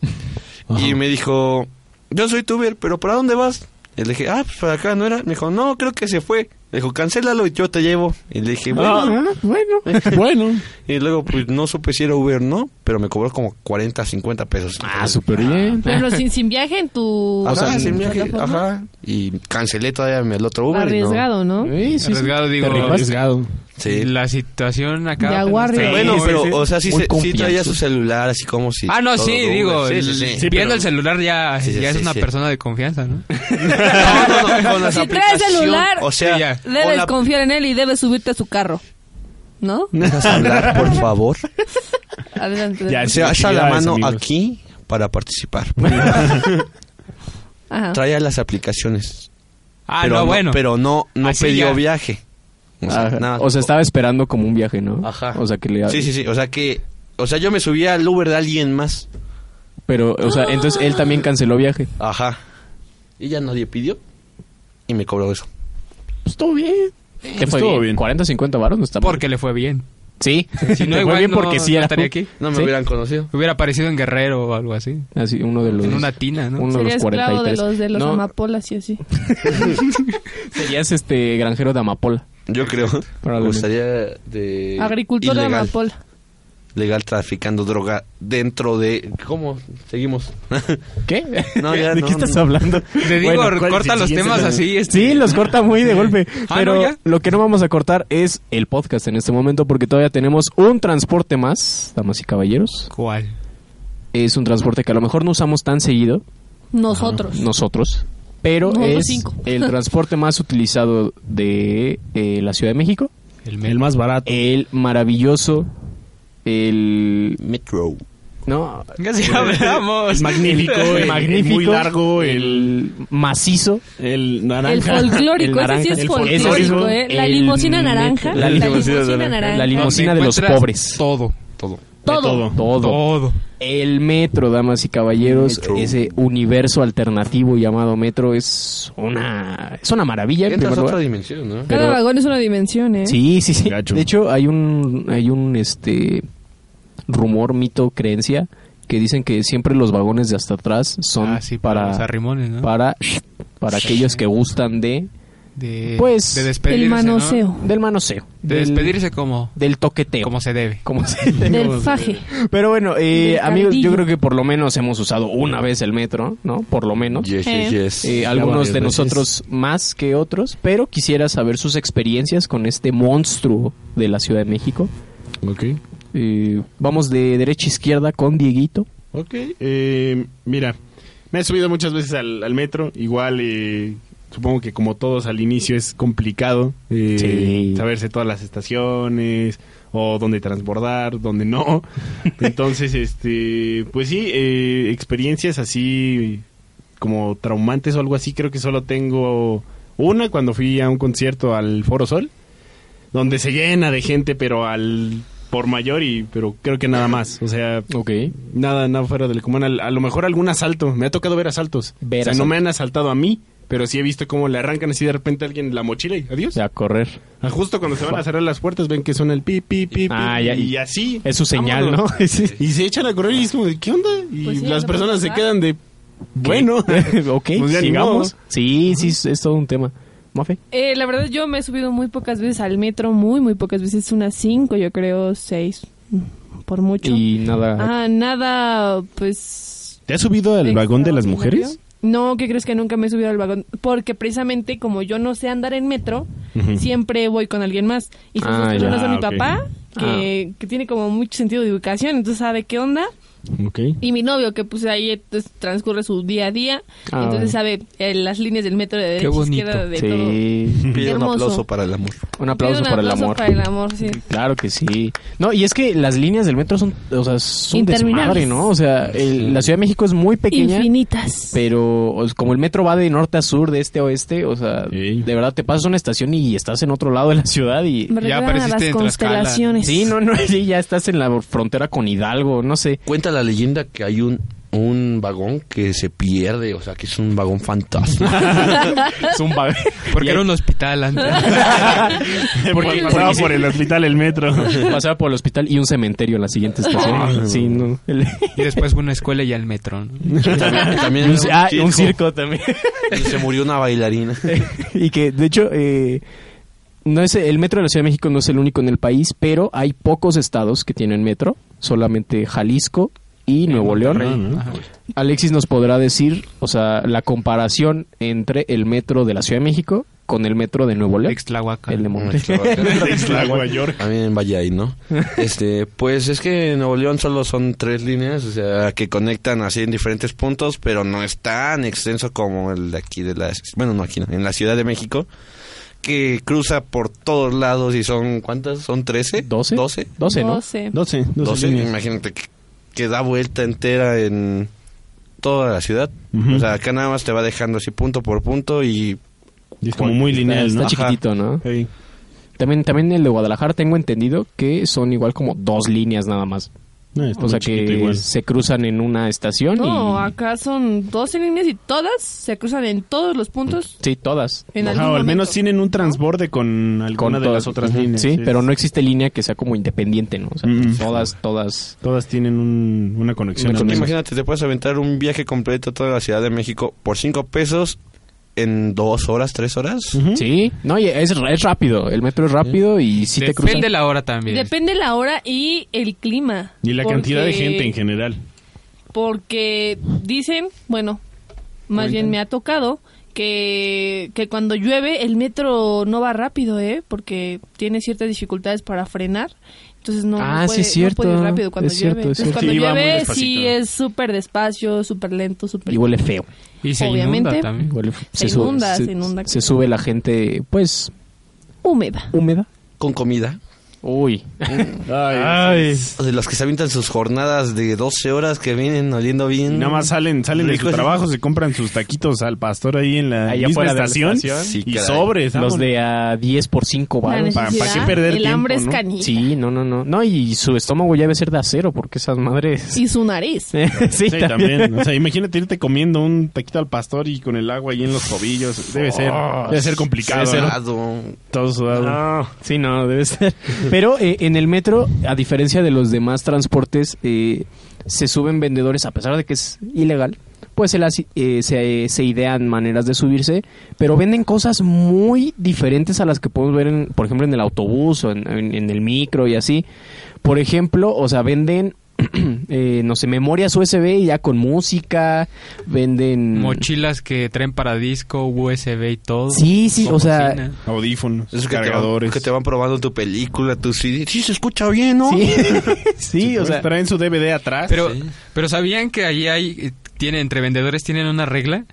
S2: Y me dijo, yo soy tu Uber, pero ¿para dónde vas? Y le dije, ah, pues para acá no era. Me dijo, no, creo que se fue. Le dijo, cancélalo y yo te llevo. Y le dije, bueno.
S4: Ah, bueno.
S6: Bueno.
S2: Y luego, pues no supe si era Uber no, pero me cobró como 40, 50 pesos.
S4: Ah, súper bien.
S5: Pero sin, sin viaje en tu.
S2: Ajá, Ah, sin viaje,
S5: plataforma.
S2: ajá. Y cancelé todavía el otro Uber. y no.
S5: Arriesgado, ¿no?
S4: Sí, sí, sí.
S3: Arriesgado, digo.
S4: Te rifaste.
S6: Arriesgado.
S2: Sí.
S3: La situación acá.
S5: De aguarre.
S3: Sí,
S2: Bueno, pero, o sea, sí,
S4: Muy
S2: se- sí traía
S4: confianzudo.
S2: su celular, así como si...
S3: Ah, no,
S2: todo
S3: sí,
S2: Uber.
S3: digo,
S2: Sí,
S3: el-
S2: sí, sí.
S3: viendo el celular ya,
S2: Sí, sí,
S3: ya es
S2: sí,
S3: una
S2: sí.
S3: persona de confianza, ¿no?
S2: No, no, no, con las
S5: Si traes
S2: aplicación,
S5: celular,
S2: O
S3: sí,
S2: sea,
S3: ya.
S5: Debes
S2: hola,
S5: confiar en él y debes subirte a su carro. ¿No?
S2: ¿me dejas hablar, por favor?
S5: Adelante.
S6: Ya,
S2: O
S6: sí,
S2: sea, alza la
S6: actividades,
S2: mano
S6: amigos.
S2: aquí para participar.
S5: Ajá.
S2: Traía las aplicaciones.
S3: Ah,
S2: pero
S3: no, bueno.
S2: Pero no, no
S3: Así
S2: pidió
S3: ya.
S2: viaje. O sea,
S4: Ajá.
S2: Ah, nada.
S4: O sea, estaba esperando como un viaje, ¿no?
S2: Ajá.
S4: O sea, que le
S2: Sí, sí, sí. O sea, que... O sea, yo me subía al Uber de alguien más.
S4: Pero, o sea, entonces él también canceló viaje.
S2: Ajá. Y ya nadie pidió. Y me cobró eso.
S4: Pues estuvo bien.
S2: Pues,
S4: ¿Qué fue
S6: estuvo
S4: bien?
S6: bien.
S4: 40, 50 varos no está mal.
S3: Porque le fue bien.
S4: Sí.
S3: Si no,
S4: Te fue
S3: igual
S4: bien
S3: no-
S4: porque sí
S3: no
S4: era
S3: estaría aquí.
S2: No me
S4: ¿Sí?
S2: hubieran conocido.
S3: Hubiera aparecido en Guerrero o algo así.
S4: Así, uno de los...
S3: En una tina, ¿no?
S4: Uno de
S5: Sería
S4: los
S5: esclavo
S4: 43.
S5: de los de los
S4: no,
S5: amapolas y así.
S4: serías este granjero de amapola.
S2: Yo creo. Me
S4: Probablemente.
S2: gustaría de...
S5: Agricultor de
S2: ilegal.
S5: amapola.
S2: legal traficando droga dentro de... ¿Cómo? Seguimos.
S4: ¿Qué?
S2: No, ya,
S4: ¿De
S2: no,
S4: qué estás
S2: no.
S4: hablando?
S3: Te digo,
S4: Bueno, ¿cuál-
S3: corta
S4: sí,
S3: los
S4: sí,
S3: temas
S4: ese-
S3: así. este,
S4: Sí, los corta muy de golpe.
S3: Ah,
S4: pero
S3: ¿no, ya?
S4: lo que no vamos a cortar es el podcast en este momento porque todavía tenemos un transporte más, damas y caballeros.
S3: ¿Cuál?
S4: Es un transporte que a lo mejor no usamos tan seguido,
S5: Nosotros.
S4: nosotros, pero
S5: Nosotros
S4: es
S5: cinco.
S4: el transporte más utilizado de eh, la Ciudad de México,
S3: El
S6: El más barato.
S4: el maravilloso, el
S2: Metro.
S4: no,
S3: Casi hablamos.
S6: El magnífico, el,
S4: magnífico,
S6: muy largo, el,
S4: el macizo,
S6: el naranja.
S5: El folclórico,
S4: El
S5: ese
S4: naranja,
S5: sí es
S4: el
S5: folclórico,
S4: folclórico,
S5: ¿eh? La
S4: el
S5: limusina
S4: metro,
S5: naranja.
S4: la
S5: La
S4: limusina
S5: limusina naranja.
S4: la limusina de los
S3: Encuentras
S4: pobres,
S3: Todo.
S2: Todo.
S5: Todo.
S6: todo.
S4: todo,
S3: Todo. Oh.
S4: el metro, damas y caballeros,
S2: Metro.
S4: ese universo alternativo llamado metro es una es una maravilla. en
S2: Entras
S4: primer
S2: a
S4: lugar.
S2: otra dimensión, ¿no?
S5: Cada
S4: Pero-
S5: vagón es una dimensión, ¿eh?
S4: Sí, sí, sí.
S6: Gacho.
S4: De hecho, hay un, hay un este rumor, mito, creencia que dicen que siempre los vagones de hasta atrás son
S3: Ah, sí, para
S4: para
S3: los arrimones, ¿no?
S4: para para aquellos que gustan de
S3: de,
S4: Pues,
S3: de despedirse,
S5: El
S3: ¿no?
S5: manoseo.
S4: del manoseo,
S3: De
S4: del,
S3: despedirse como,
S4: del toqueteo,
S3: como se debe.
S4: como se-
S5: Del faje.
S4: Pero bueno, eh,
S5: Del
S4: amigos, yo
S5: caldillo.
S4: creo que por lo menos hemos usado una vez el metro, ¿no? Por lo menos.
S2: Yes, yes,
S5: Eh.
S2: yes.
S4: Eh, algunos de nosotros más que otros, pero quisiera saber sus experiencias con este monstruo de la Ciudad de México.
S6: Ok.
S4: Eh, vamos de derecha a izquierda con Dieguito.
S6: Ok. eh, mira, Me he subido muchas veces al, al metro. Igual, eh, supongo que como todos al inicio es complicado eh,
S4: Sí.
S6: saberse todas las estaciones o dónde transbordar, dónde no. Entonces, este, pues sí, eh, experiencias así como traumantes o algo así. Creo que solo tengo una cuando fui a un concierto al Foro Sol, donde se llena de gente, pero al por mayor y pero creo que nada más, o sea,
S4: Ok.
S6: Nada, nada fuera del común. Al- A, lo mejor algún asalto. Me ha tocado ver asaltos.
S4: Ver
S6: o sea,
S4: asaltos.
S6: no me han asaltado a mí, pero sí he visto cómo le arrancan así de repente a alguien la mochila y adiós.
S4: A correr.
S6: Ah, Justo cuando se van a cerrar las puertas ven que suena el pi, pi, pi, pi,
S4: Ah,
S6: y,
S4: ya, y-
S6: así.
S4: Es su señal,
S6: vámonos.
S4: ¿no? Sí.
S6: Y se echan a correr y es como, de, ¿qué onda? Y
S5: Pues sí,
S6: las
S5: no
S6: personas
S5: puedes
S6: se
S5: pasar.
S6: quedan de, bueno.
S4: ok,
S6: Pues ya ni
S4: sigamos.
S6: modo.
S4: Sí, sí, es- es todo un tema. Mafe.
S5: Eh, la verdad, yo me he subido muy pocas veces al metro, muy, muy pocas veces, unas cinco, yo creo, seis, mm, por mucho.
S4: Y nada.
S5: Ah, nada, pues...
S6: ¿Te has subido
S5: extraordinario. No, ¿qué crees que nunca me he subido al vagón? Porque precisamente como yo no sé andar en metro, siempre voy con alguien más. Y son
S4: Ah,
S5: dos
S4: ya, Ah.
S5: personas a mi
S6: ok.
S5: papá, que, que tiene como mucho sentido de educación, entonces sabe qué onda.
S6: Ok.
S5: Y mi novio, que pues ahí pues, transcurre su día a día,
S4: Ah,
S5: entonces
S4: bueno.
S5: sabe eh, las líneas del metro de derecha,
S3: bonito.
S5: izquierda, de todo.
S4: Sí.
S2: Pide un
S5: Hermoso.
S2: aplauso para el amor.
S4: Un aplauso,
S5: Pido un
S4: para el
S5: aplauso
S4: amor.
S5: para el amor, sí.
S4: Claro que sí. No, y es que las líneas del metro son, o sea, son un
S5: Interminables.
S4: desmadre, ¿no? O sea, el- la Ciudad de México es muy pequeña,
S5: Infinitas.
S4: pero o sea, como el metro va de norte a sur, de este a oeste, o sea,
S6: Sí.
S4: de verdad te pasas una estación y estás en otro lado de la ciudad y...
S5: Me
S8: Ya
S5: recuerdan a
S8: apareciste
S5: las
S8: en Tlaxcala.
S5: constelaciones.
S4: Sí, no, no, sí, ya estás en la frontera con Hidalgo, no sé.
S2: Cuenta la leyenda que hay un, un vagón que se pierde, o sea, que es un vagón fantasma.
S4: Es un bag-
S3: Porque era un hospital antes.
S4: Porque-
S6: Pasaba por el hospital, el metro.
S4: Pasaba por el hospital y un cementerio en la siguiente estación. sí, no. El-
S3: Y después fue una escuela y al metro. ¿no?
S2: también también
S4: y un, ci- ah,
S2: era
S4: y un circo también.
S2: y se murió una bailarina.
S4: y que de hecho eh, no es el metro de la Ciudad de México no es el único en el país, pero hay pocos estados que tienen metro, solamente Jalisco y Nuevo León. Alexis nos podrá decir, o sea, la comparación entre el metro de la Ciudad de México con el metro de Nuevo León,
S3: Extlahuaca.
S4: el de Monterrey.
S6: Nueva York.
S2: También en Valle ahí, ¿no? Este, pues es que en Nuevo León solo son tres líneas, o sea, que conectan así en diferentes puntos, pero no es tan extenso como el de aquí de la, bueno, no aquí, no, en la Ciudad de México, que cruza por todos lados y son, ¿cuántas? ¿Son 13?
S4: ¿Doce?
S2: 12.
S4: Doce, ¿no?
S5: 12.
S6: 12, 12,
S2: 12,
S6: líneas.
S2: imagínate que, que da vuelta entera en toda la ciudad.
S6: Ujú.
S2: O sea, acá nada más te va dejando así punto por punto y
S6: Y es como muy lineal,
S4: Está
S6: ¿no?
S4: chiquitito, ¿no?
S6: Sí.
S4: También, también el de Guadalajara tengo entendido que son igual como dos líneas nada más.
S6: No, está
S4: O sea
S6: muy chiquito
S4: que
S6: igual.
S4: se cruzan en una estación
S5: No,
S4: y...
S5: acá son 12 líneas y todas se cruzan en todos los puntos.
S4: Sí, todas.
S5: En
S6: Ajá,
S5: algún
S6: o al menos
S5: momento.
S6: tienen un transborde con alguna de
S4: todas-
S6: las otras
S4: Ujú,
S6: líneas.
S4: Sí,
S6: es-
S4: pero no existe línea que sea como independiente, ¿no? O sea,
S6: Mm.
S4: todas, todas.
S6: Todas tienen un- una conexión.
S4: Una
S6: al menos.
S2: Imagínate, te puedes aventar un viaje completo a toda la Ciudad de México por 5 pesos en 2 horas, 3 horas.
S6: Ujú.
S4: Sí, no, y es, es rápido. El metro es rápido y sí te cruza.
S3: Depende la hora también.
S5: Depende la hora y el clima.
S6: Y la
S5: Porque-
S6: cantidad de gente en general.
S5: Porque dicen, bueno, más bien me ha tocado que, que cuando llueve el metro no va rápido, ¿eh? Porque tiene ciertas dificultades para frenar. Entonces no,
S4: Ah, sí,
S5: no puede,
S4: es
S5: no
S4: cierto.
S5: puede ir rápido cuando
S4: Es
S5: llueve.
S4: cierto, es cierto.
S5: Entonces, cuando
S6: Sí, va muy
S5: llueve
S6: despacito.
S5: sí es súper despacio, súper lento, súper...
S4: Y huele feo.
S3: Y se
S5: Obviamente.
S3: inunda también.
S4: Huele-
S5: Se
S4: sube-
S5: inunda,
S4: se,
S5: se inunda.
S4: se sube la gente, pues,
S5: húmeda.
S4: húmeda.
S2: Con comida.
S4: Uy.
S6: Ay.
S2: De los que se avientan sus jornadas de 12 horas que vienen oliendo
S6: Y
S2: bien.
S6: nada más salen, salen de su
S2: Rico es-
S6: trabajo, se compran sus taquitos al pastor ahí en la
S4: Allá
S6: misma
S4: afuera de la
S6: estación,
S4: estación.
S2: Sí,
S6: y
S2: caray.
S6: sobres.
S4: Los
S6: vámonos.
S4: de a 10 por 5
S5: La
S4: baros.
S6: pa-
S5: necesidad,
S6: ¿pa' qué perder
S5: el
S6: tiempo,
S5: hambre es
S6: no?
S5: canija.
S4: Sí, no, no, no. No, y su estómago ya debe ser de acero porque esas madres...
S5: Y su nariz.
S4: sí,
S6: Sí,
S4: también.
S6: también. O sea, imagínate irte comiendo un taquito al pastor y con el agua ahí en los tobillos.
S4: Oh,
S6: Debe ser, debe ser complicado.
S4: Debe ser-
S6: ¿no? Todo sudado.
S4: No, sí, no, debe ser. Pero eh, en el metro, a diferencia de los demás transportes, eh, se suben vendedores, a pesar de que es ilegal, pues se, las, eh, se, se idean maneras de subirse, pero venden cosas muy diferentes a las que podemos ver, en, por ejemplo, en el autobús o en, en- en el micro y así. Por ejemplo, o sea, venden... eh, no sé, memorias USB ya con música, venden...
S3: Mochilas que traen para disco, USB y todo.
S4: Sí, sí,
S3: Con
S4: o sea,
S3: bocina.
S6: Audífonos,
S2: Es que te, van,
S6: cargadores.
S2: que te van probando tu película, tu CD. Sí, se escucha bien, ¿no?
S4: Sí, sí, o sea...
S3: Ah,
S6: traen su DVD atrás.
S3: Pero, pero sabían que ahí hay eh, tienen, entre vendedores tienen una regla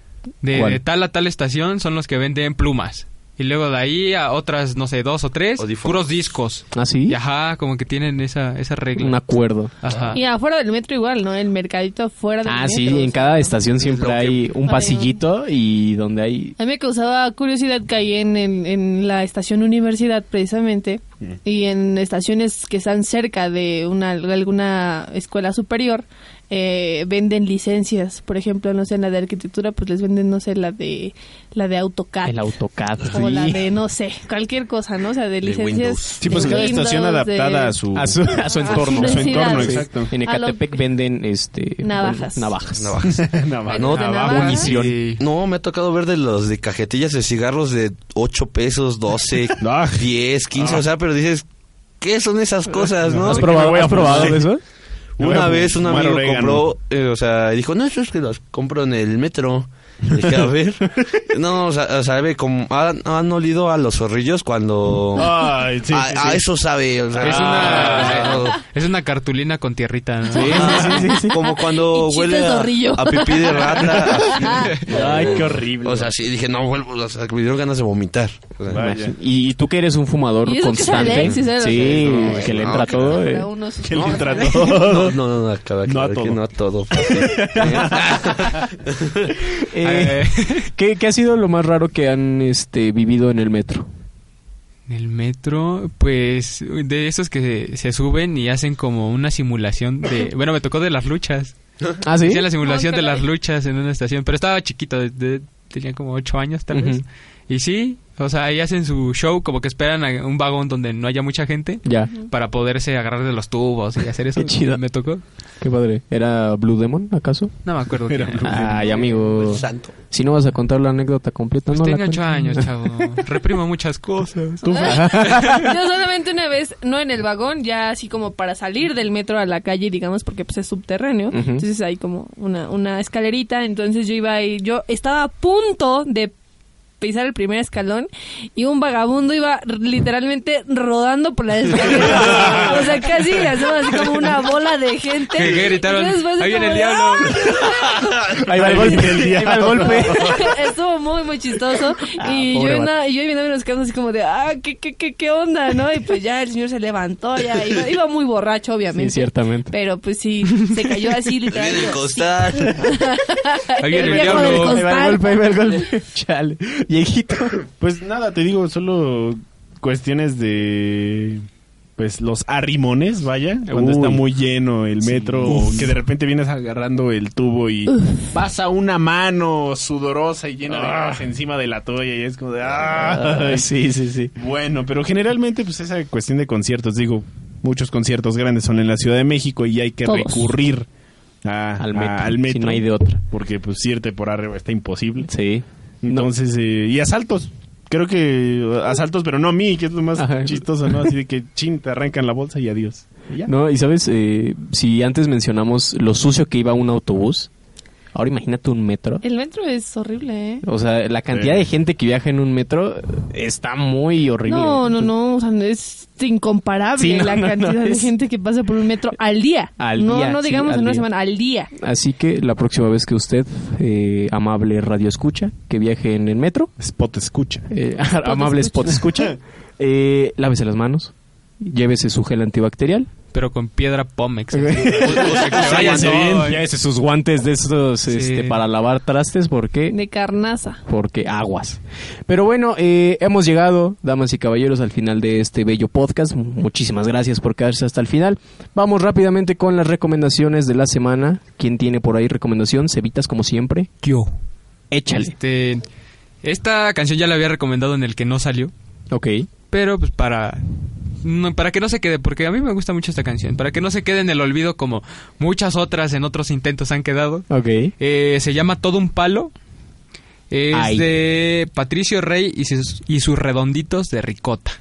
S3: de,
S4: ¿Cuál?
S3: de tal a tal estación son los que venden plumas. Y luego de ahí a otras, no sé, dos o tres,
S2: Audífonos.
S3: puros discos.
S4: ¿Ah, sí?
S3: Y ajá, como que tienen esa, esa regla.
S4: Un acuerdo.
S3: Ajá.
S5: Y afuera del metro igual, ¿no? El mercadito afuera del
S4: Ah,
S5: metro.
S4: sí, en cada estación siempre hay un
S5: Hay
S4: pasillito y donde hay...
S5: A mí me causaba curiosidad que ahí en, el- en la estación universidad, precisamente,
S4: Mm.
S5: y en estaciones que están cerca de una, alguna escuela superior, eh, venden licencias. Por ejemplo, no sé, en la de arquitectura, pues les venden, no sé, la de, la de AutoCAD.
S4: El AutoCAD.
S5: o la
S4: sí.
S5: de, no sé, cualquier cosa, ¿no? O sea, de licencias.
S2: Windows.
S6: Sí, pues
S5: de
S6: cada estación
S5: Windows, de-
S6: adaptada a su...
S4: A su, a su
S5: Ah,
S4: entorno.
S5: sí,
S6: su entorno,
S5: sí.
S6: exacto.
S4: En
S5: A lo-
S4: Ecatepec venden este,
S5: Navajas.
S4: bueno, navajas.
S6: Navaja.
S2: Ah, No,
S5: de
S6: Navaja.
S5: navaja.
S4: Munición.
S2: No, me ha tocado ver de los de cajetillas de cigarros de 8 pesos, 12,
S6: Ah.
S2: 10, 15, o sea, pero dices, ¿qué son esas cosas, no?
S4: ¿Has probado, has probado
S6: Sí.
S4: eso?
S6: Me voy
S2: Una
S6: a
S2: vez un
S6: fumar
S2: amigo
S6: orégano.
S2: compró, eh, o sea, dijo, no, eso es que las compro en el metro. Le dije, a ver. No, o sea, o sea, sabe como, han, han olido a los zorrillos cuando...
S6: Ay, Ah, sí, sí,
S2: a, a
S6: sí.
S2: eso sabe, o sea,
S3: Es
S2: o sea, o-
S3: una, es una cartulina con tierrita. ¿no?
S2: Ah, Como cuando
S5: Y chiste
S2: huele a,
S5: zorrillo.
S2: a pipí de rata. así.
S6: Ay, qué horrible.
S2: O sea, sí, dije, no, vuelvo, o sea, que me dieron ganas de vomitar. O sea,
S6: Vaya.
S4: Imagínate. Y, y tú que eres un fumador
S5: Y eso que es
S4: constante.
S5: Alexis, ¿eh?
S4: sí,
S2: No,
S4: que le
S2: no,
S4: entra
S2: que
S4: todo. eh.
S5: Cada uno sus-
S6: Que le entra
S2: no,
S6: todo.
S2: no, no, acaba de
S6: No a
S2: aclarar que
S6: todo.
S2: no a todo.
S4: Eh, ¿qué, qué ha sido lo más raro que han este, vivido en el metro?
S3: En el metro, pues de esos que se, se suben y hacen como una simulación de... Bueno, me tocó de las luchas.
S4: Ah, sí.
S3: Hice la simulación
S5: Ah,
S3: de
S5: caray.
S3: las luchas en una estación, pero estaba chiquito, de- de- tenía como ocho años tal vez.
S4: Ujú.
S3: Y sí, o sea, ahí hacen su show, como que esperan a un vagón donde no haya mucha gente
S4: Ya,
S3: para poderse agarrar de los tubos y hacer eso.
S4: Qué chido.
S3: Me tocó.
S4: qué padre. ¿Era Blue Demon, acaso?
S3: No me acuerdo. quién era.
S4: Ay, amigo.
S2: Santo.
S4: Si no vas a contar la anécdota completa,
S3: Pues
S4: no la
S3: tenía ocho
S4: cuentes.
S3: años, chavo. Reprimo muchas cosas.
S5: Yo solamente una vez, no en el vagón, ya así como para salir del metro a la calle, digamos, porque pues es subterráneo.
S4: Ujú.
S5: Entonces hay como una, una escalerita, entonces yo iba ahí, yo estaba a punto de pisar el primer escalón y un vagabundo iba r- literalmente rodando por la escalera. o sea, casi hacía así como una bola de gente.
S3: Que- que gritaron,
S5: Entonces fue así
S3: "Ahí viene el
S5: como de, "Ah".
S3: diablo".
S4: Ahí va el golpe. Ahí va el golpe.
S5: Estuvo muy, muy chistoso.
S4: Ah,
S5: y yo
S4: pobre
S5: andaba, y yo viéndome nos quedamos así como de, ah, ¿qué, qué, qué, qué onda, ¿no? Y pues ya el señor se levantó, ya iba, iba muy borracho,
S4: Sí,
S5: obviamente.
S4: ciertamente.
S5: Pero pues sí, se cayó así
S2: Viene
S5: literalmente.
S2: el costal.
S3: Ahí viene el
S5: viejo del
S3: diablo.
S4: Ahí va el
S5: costal.
S4: golpe, ahí va el golpe. Chale. Viejito.
S6: Pues nada, te digo, solo cuestiones de pues los arrimones, vaya,
S4: Uy.
S6: cuando está muy lleno el metro o que de repente vienes agarrando el tubo y pasa una mano sudorosa y llena de gas encima de la toalla y es como de "Ay".
S4: Ah. Sí, sí, sí.
S6: Bueno, pero generalmente pues esa cuestión de conciertos, digo, muchos conciertos grandes son en la Ciudad de México y hay que
S5: Todos.
S6: recurrir a-
S4: Al
S6: a-
S4: metro.
S6: al
S4: si
S6: metro
S4: no hay de otra.
S6: porque pues irte por arriba está imposible.
S4: Sí.
S6: Entonces, eh, y asaltos. Creo que eh, asaltos, pero no a mí, que es lo más
S4: Ajá.
S6: chistoso, ¿no? Así de que chin, te arrancan la bolsa y adiós. Y ya.
S4: No, y sabes, eh, si antes mencionamos lo sucio que iba un autobús, ahora imagínate un metro.
S5: El metro es horrible, ¿eh?
S4: O sea, la cantidad
S6: Sí.
S4: de gente que viaja en un metro eh, está muy horrible.
S5: No, no, no, o sea, es incomparable
S4: Sí, no,
S5: la
S4: no, no,
S5: cantidad de
S4: es-
S5: gente que pasa por un metro al día.
S4: Al
S5: no,
S4: día,
S5: no
S4: sí,
S5: digamos
S4: al
S5: en una
S4: día.
S5: semana, al día.
S4: Así que la próxima vez que usted, eh, amable radio escucha, que viaje en el metro,
S6: Spot escucha.
S4: eh, amable
S5: escucha.
S4: spot escucha, eh, lávese las manos, llévese su gel antibacterial,
S3: Pero con piedra Pomex.
S4: váyanse
S3: bien.
S4: llévese sus guantes de estos este, para lavar trastes porque
S5: De carnaza.
S4: porque aguas. Pero bueno, eh, hemos llegado, damas y caballeros, al final de este bello podcast. Muchísimas gracias por quedarse hasta el final. Vamos rápidamente con las recomendaciones de la semana. ¿Quién tiene por ahí recomendación? Cevitas, como siempre.
S3: Yo.
S4: Échale.
S3: Este, esta canción ya la había recomendado en el que no salió.
S4: Ok.
S3: Pero pues para no, para que no se quede, porque a mí me gusta mucho esta canción, para que no se quede en el olvido como muchas otras en otros intentos han quedado.
S4: Ok.
S3: Eh, se llama Todo un Palo. Es
S4: Ay.
S3: de Patricio Rey y sus, y sus redonditos de ricota.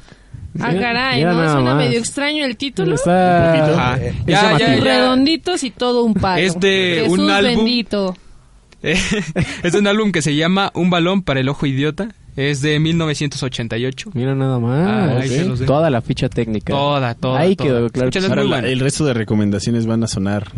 S5: Ah,
S4: Mira-
S5: caray,
S4: mira
S5: ¿no?
S4: nada
S5: Suena
S4: más.
S5: medio extraño el título.
S4: Está...
S3: Ajá.
S4: es
S3: Eh, Ya, ya,
S4: llamativo.
S3: ya.
S5: Redonditos y todo un palo.
S3: Es de
S5: Jesús
S3: un álbum.
S5: bendito.
S3: es un álbum que se llama Un balón para el ojo idiota. Es de 1988.
S4: Mira nada más.
S3: Ah, ahí se los dejo.
S4: Toda la ficha técnica.
S3: Toda, toda,
S4: Ahí
S3: toda.
S4: quedó claro.
S3: Escúchala,
S4: que sí.
S3: es muy
S6: Ahora, la-
S3: bueno.
S6: el resto de recomendaciones van a sonar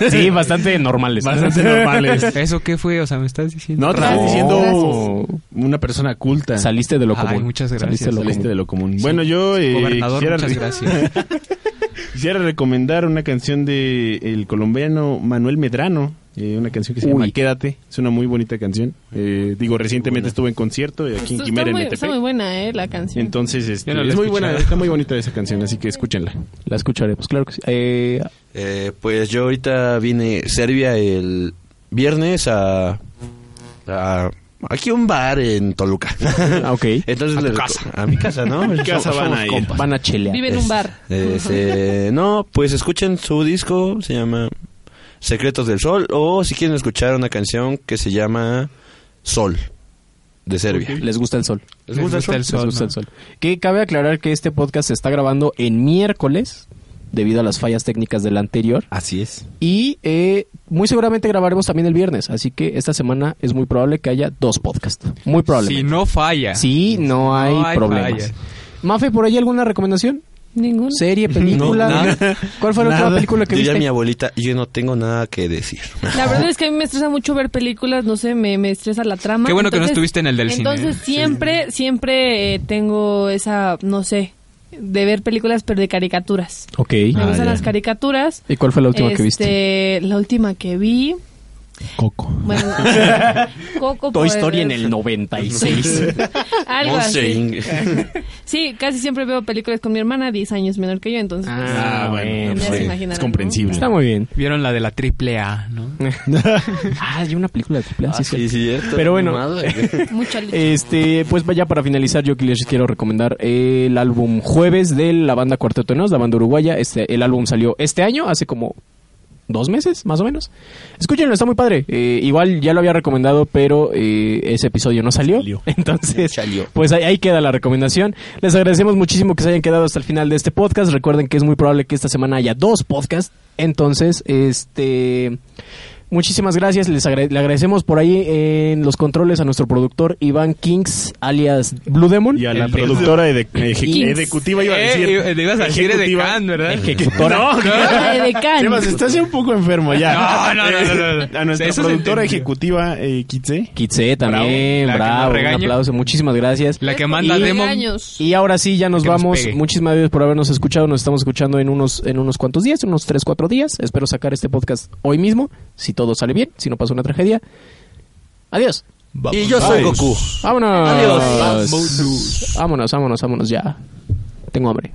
S4: Sí, bastante normales.
S6: Bastante normales.
S8: ¿Eso qué fue? O sea, me estás diciendo.
S6: No, te estás
S4: No.
S6: diciendo una persona culta.
S4: Saliste de lo común.
S8: Ay, muchas gracias.
S4: Saliste de lo
S6: Saliste
S4: común.
S6: de lo común. Bueno, yo eh,
S8: Gobernador,
S6: quisiera,
S8: muchas gracias.
S6: quisiera recomendar una canción de el colombiano Manuel Medrano. eh, una canción que se llama
S4: Uy.
S6: Quédate. Es una muy bonita canción. Eh, digo, recientemente estuve en concierto eh, aquí
S5: Pues
S6: en
S5: Está,
S6: Quimera, en
S5: muy, está muy
S6: Metepec.
S5: buena, ¿eh? La canción.
S6: Entonces, este,
S8: Yo no la he
S6: es muy buena,
S8: escuchado.
S6: está muy bonita esa canción, así que escúchenla.
S4: La escucharé, pues claro que sí. Eh,
S2: Eh, pues yo ahorita vine a Serbia el viernes a, a- aquí a un bar en Toluca.
S4: ah, ok.
S2: Entonces le reco- A mi casa, ¿no?
S6: Mi casa
S2: Somos-
S6: van
S2: somos
S6: a ir.
S2: compas.
S4: Van a chelear.
S5: Vive en un
S2: Es-
S5: bar.
S2: es, eh, no, pues escuchen su disco, se llama Secretos del Sol, o si quieren escuchar una canción que se llama Sol, de Serbia.
S4: Les gusta el sol.
S8: Les gusta el sol,
S4: Les gusta
S8: ¿no?
S4: el sol. Que cabe aclarar que este podcast se está grabando en miércoles debido a las fallas técnicas del anterior.
S6: Así es.
S4: Y eh, muy seguramente grabaremos también el viernes. Así que esta semana es muy probable que haya dos podcasts. Muy probable.
S8: Si no falla.
S4: Sí, no hay,
S8: hay
S4: problemas.
S8: fallas.
S4: Mafe, ¿por ahí alguna recomendación?
S5: Ninguna.
S4: ¿Serie, película?
S2: No,
S4: ¿Cuál fue la última
S2: Nada.
S4: película que
S2: Yo ya
S4: viste?
S2: mi abuelita, yo no tengo nada que decir.
S5: La verdad es que a mí me estresa mucho ver películas, no sé, me, me estresa la trama.
S8: Qué bueno que no estuviste en el del cine.
S5: Entonces siempre, siempre eh, tengo esa, no sé, de ver películas pero de caricaturas.
S4: Ok.
S5: Me
S4: Ah,
S5: gustan
S4: ya.
S5: las caricaturas.
S4: ¿Y cuál fue la última que viste?
S5: Este, la última que vi,
S4: Coco.
S5: bueno, Coco.
S4: Toy
S5: pues,
S4: Story en el 96.
S5: Algo
S2: Monster
S5: así.
S2: Inc.
S5: Sí, casi siempre veo películas con mi hermana, 10 años menor que yo, entonces pues,
S6: Ah, bueno,
S5: ya
S6: pues,
S5: se
S6: sí,
S5: imaginarán,
S6: es comprensible.
S4: Está muy bien.
S8: Vieron la de la triple A, ¿no?
S4: Ah, hay una película de triple A, sí,
S2: Ah,
S4: es cierto.
S2: sí, cierto.
S4: Pero bueno.
S2: Madre.
S5: mucha lucha.
S4: Este, pues ya para finalizar, yo que les quiero recomendar el álbum Jueves de la banda Cuarteto de Nos, la banda uruguaya. Este, el álbum salió este año, hace como dos meses, más o menos. Escúchenlo, está muy padre. Eh, igual ya lo había recomendado, pero eh, ese episodio no salió. Entonces, pues ahí, ahí queda la recomendación. Les agradecemos muchísimo que se hayan quedado hasta el final de este podcast. Recuerden que es muy probable que esta semana haya dos podcasts. Entonces, este... Muchísimas gracias, les agrade- le agradecemos por ahí en los controles a nuestro productor Iván Kings, alias Blue Demon.
S6: Y a la
S8: El de-
S6: productora eje- eje-
S5: Kings.
S6: ejecutiva iba a
S8: Eh,
S6: decir.
S8: eh, te ibas a decir
S6: ejecutiva.
S8: edecán, ¿verdad?
S6: Ejecutora.
S5: La de Can.
S6: Sebas, estás ya un poco enfermo ya.
S8: No, no, no, no, no, no.
S6: A nuestra
S8: Eso se
S6: productora
S8: entendió.
S6: ejecutiva, eh, Kitze.
S4: Kitse
S8: Bravo, la que
S4: también,
S8: nos
S4: bravo, un
S8: regaña.
S4: aplauso, muchísimas gracias.
S8: La que manda
S5: Y-
S8: demo.
S5: años.
S4: Y ahora sí, ya nos
S8: Que nos
S4: vamos.
S8: pegue.
S4: Muchísimas gracias por habernos escuchado. Nos estamos escuchando en unos, en unos cuantos días, en unos 3, 4 días. Espero sacar este podcast hoy mismo, si todo sale bien, si no pasa una tragedia. Adiós.
S2: Y yo soy
S6: Bye.
S2: Goku.
S4: Vámonos.
S2: Adiós.
S4: Vámonos, vámonos, vámonos ya. Tengo hambre.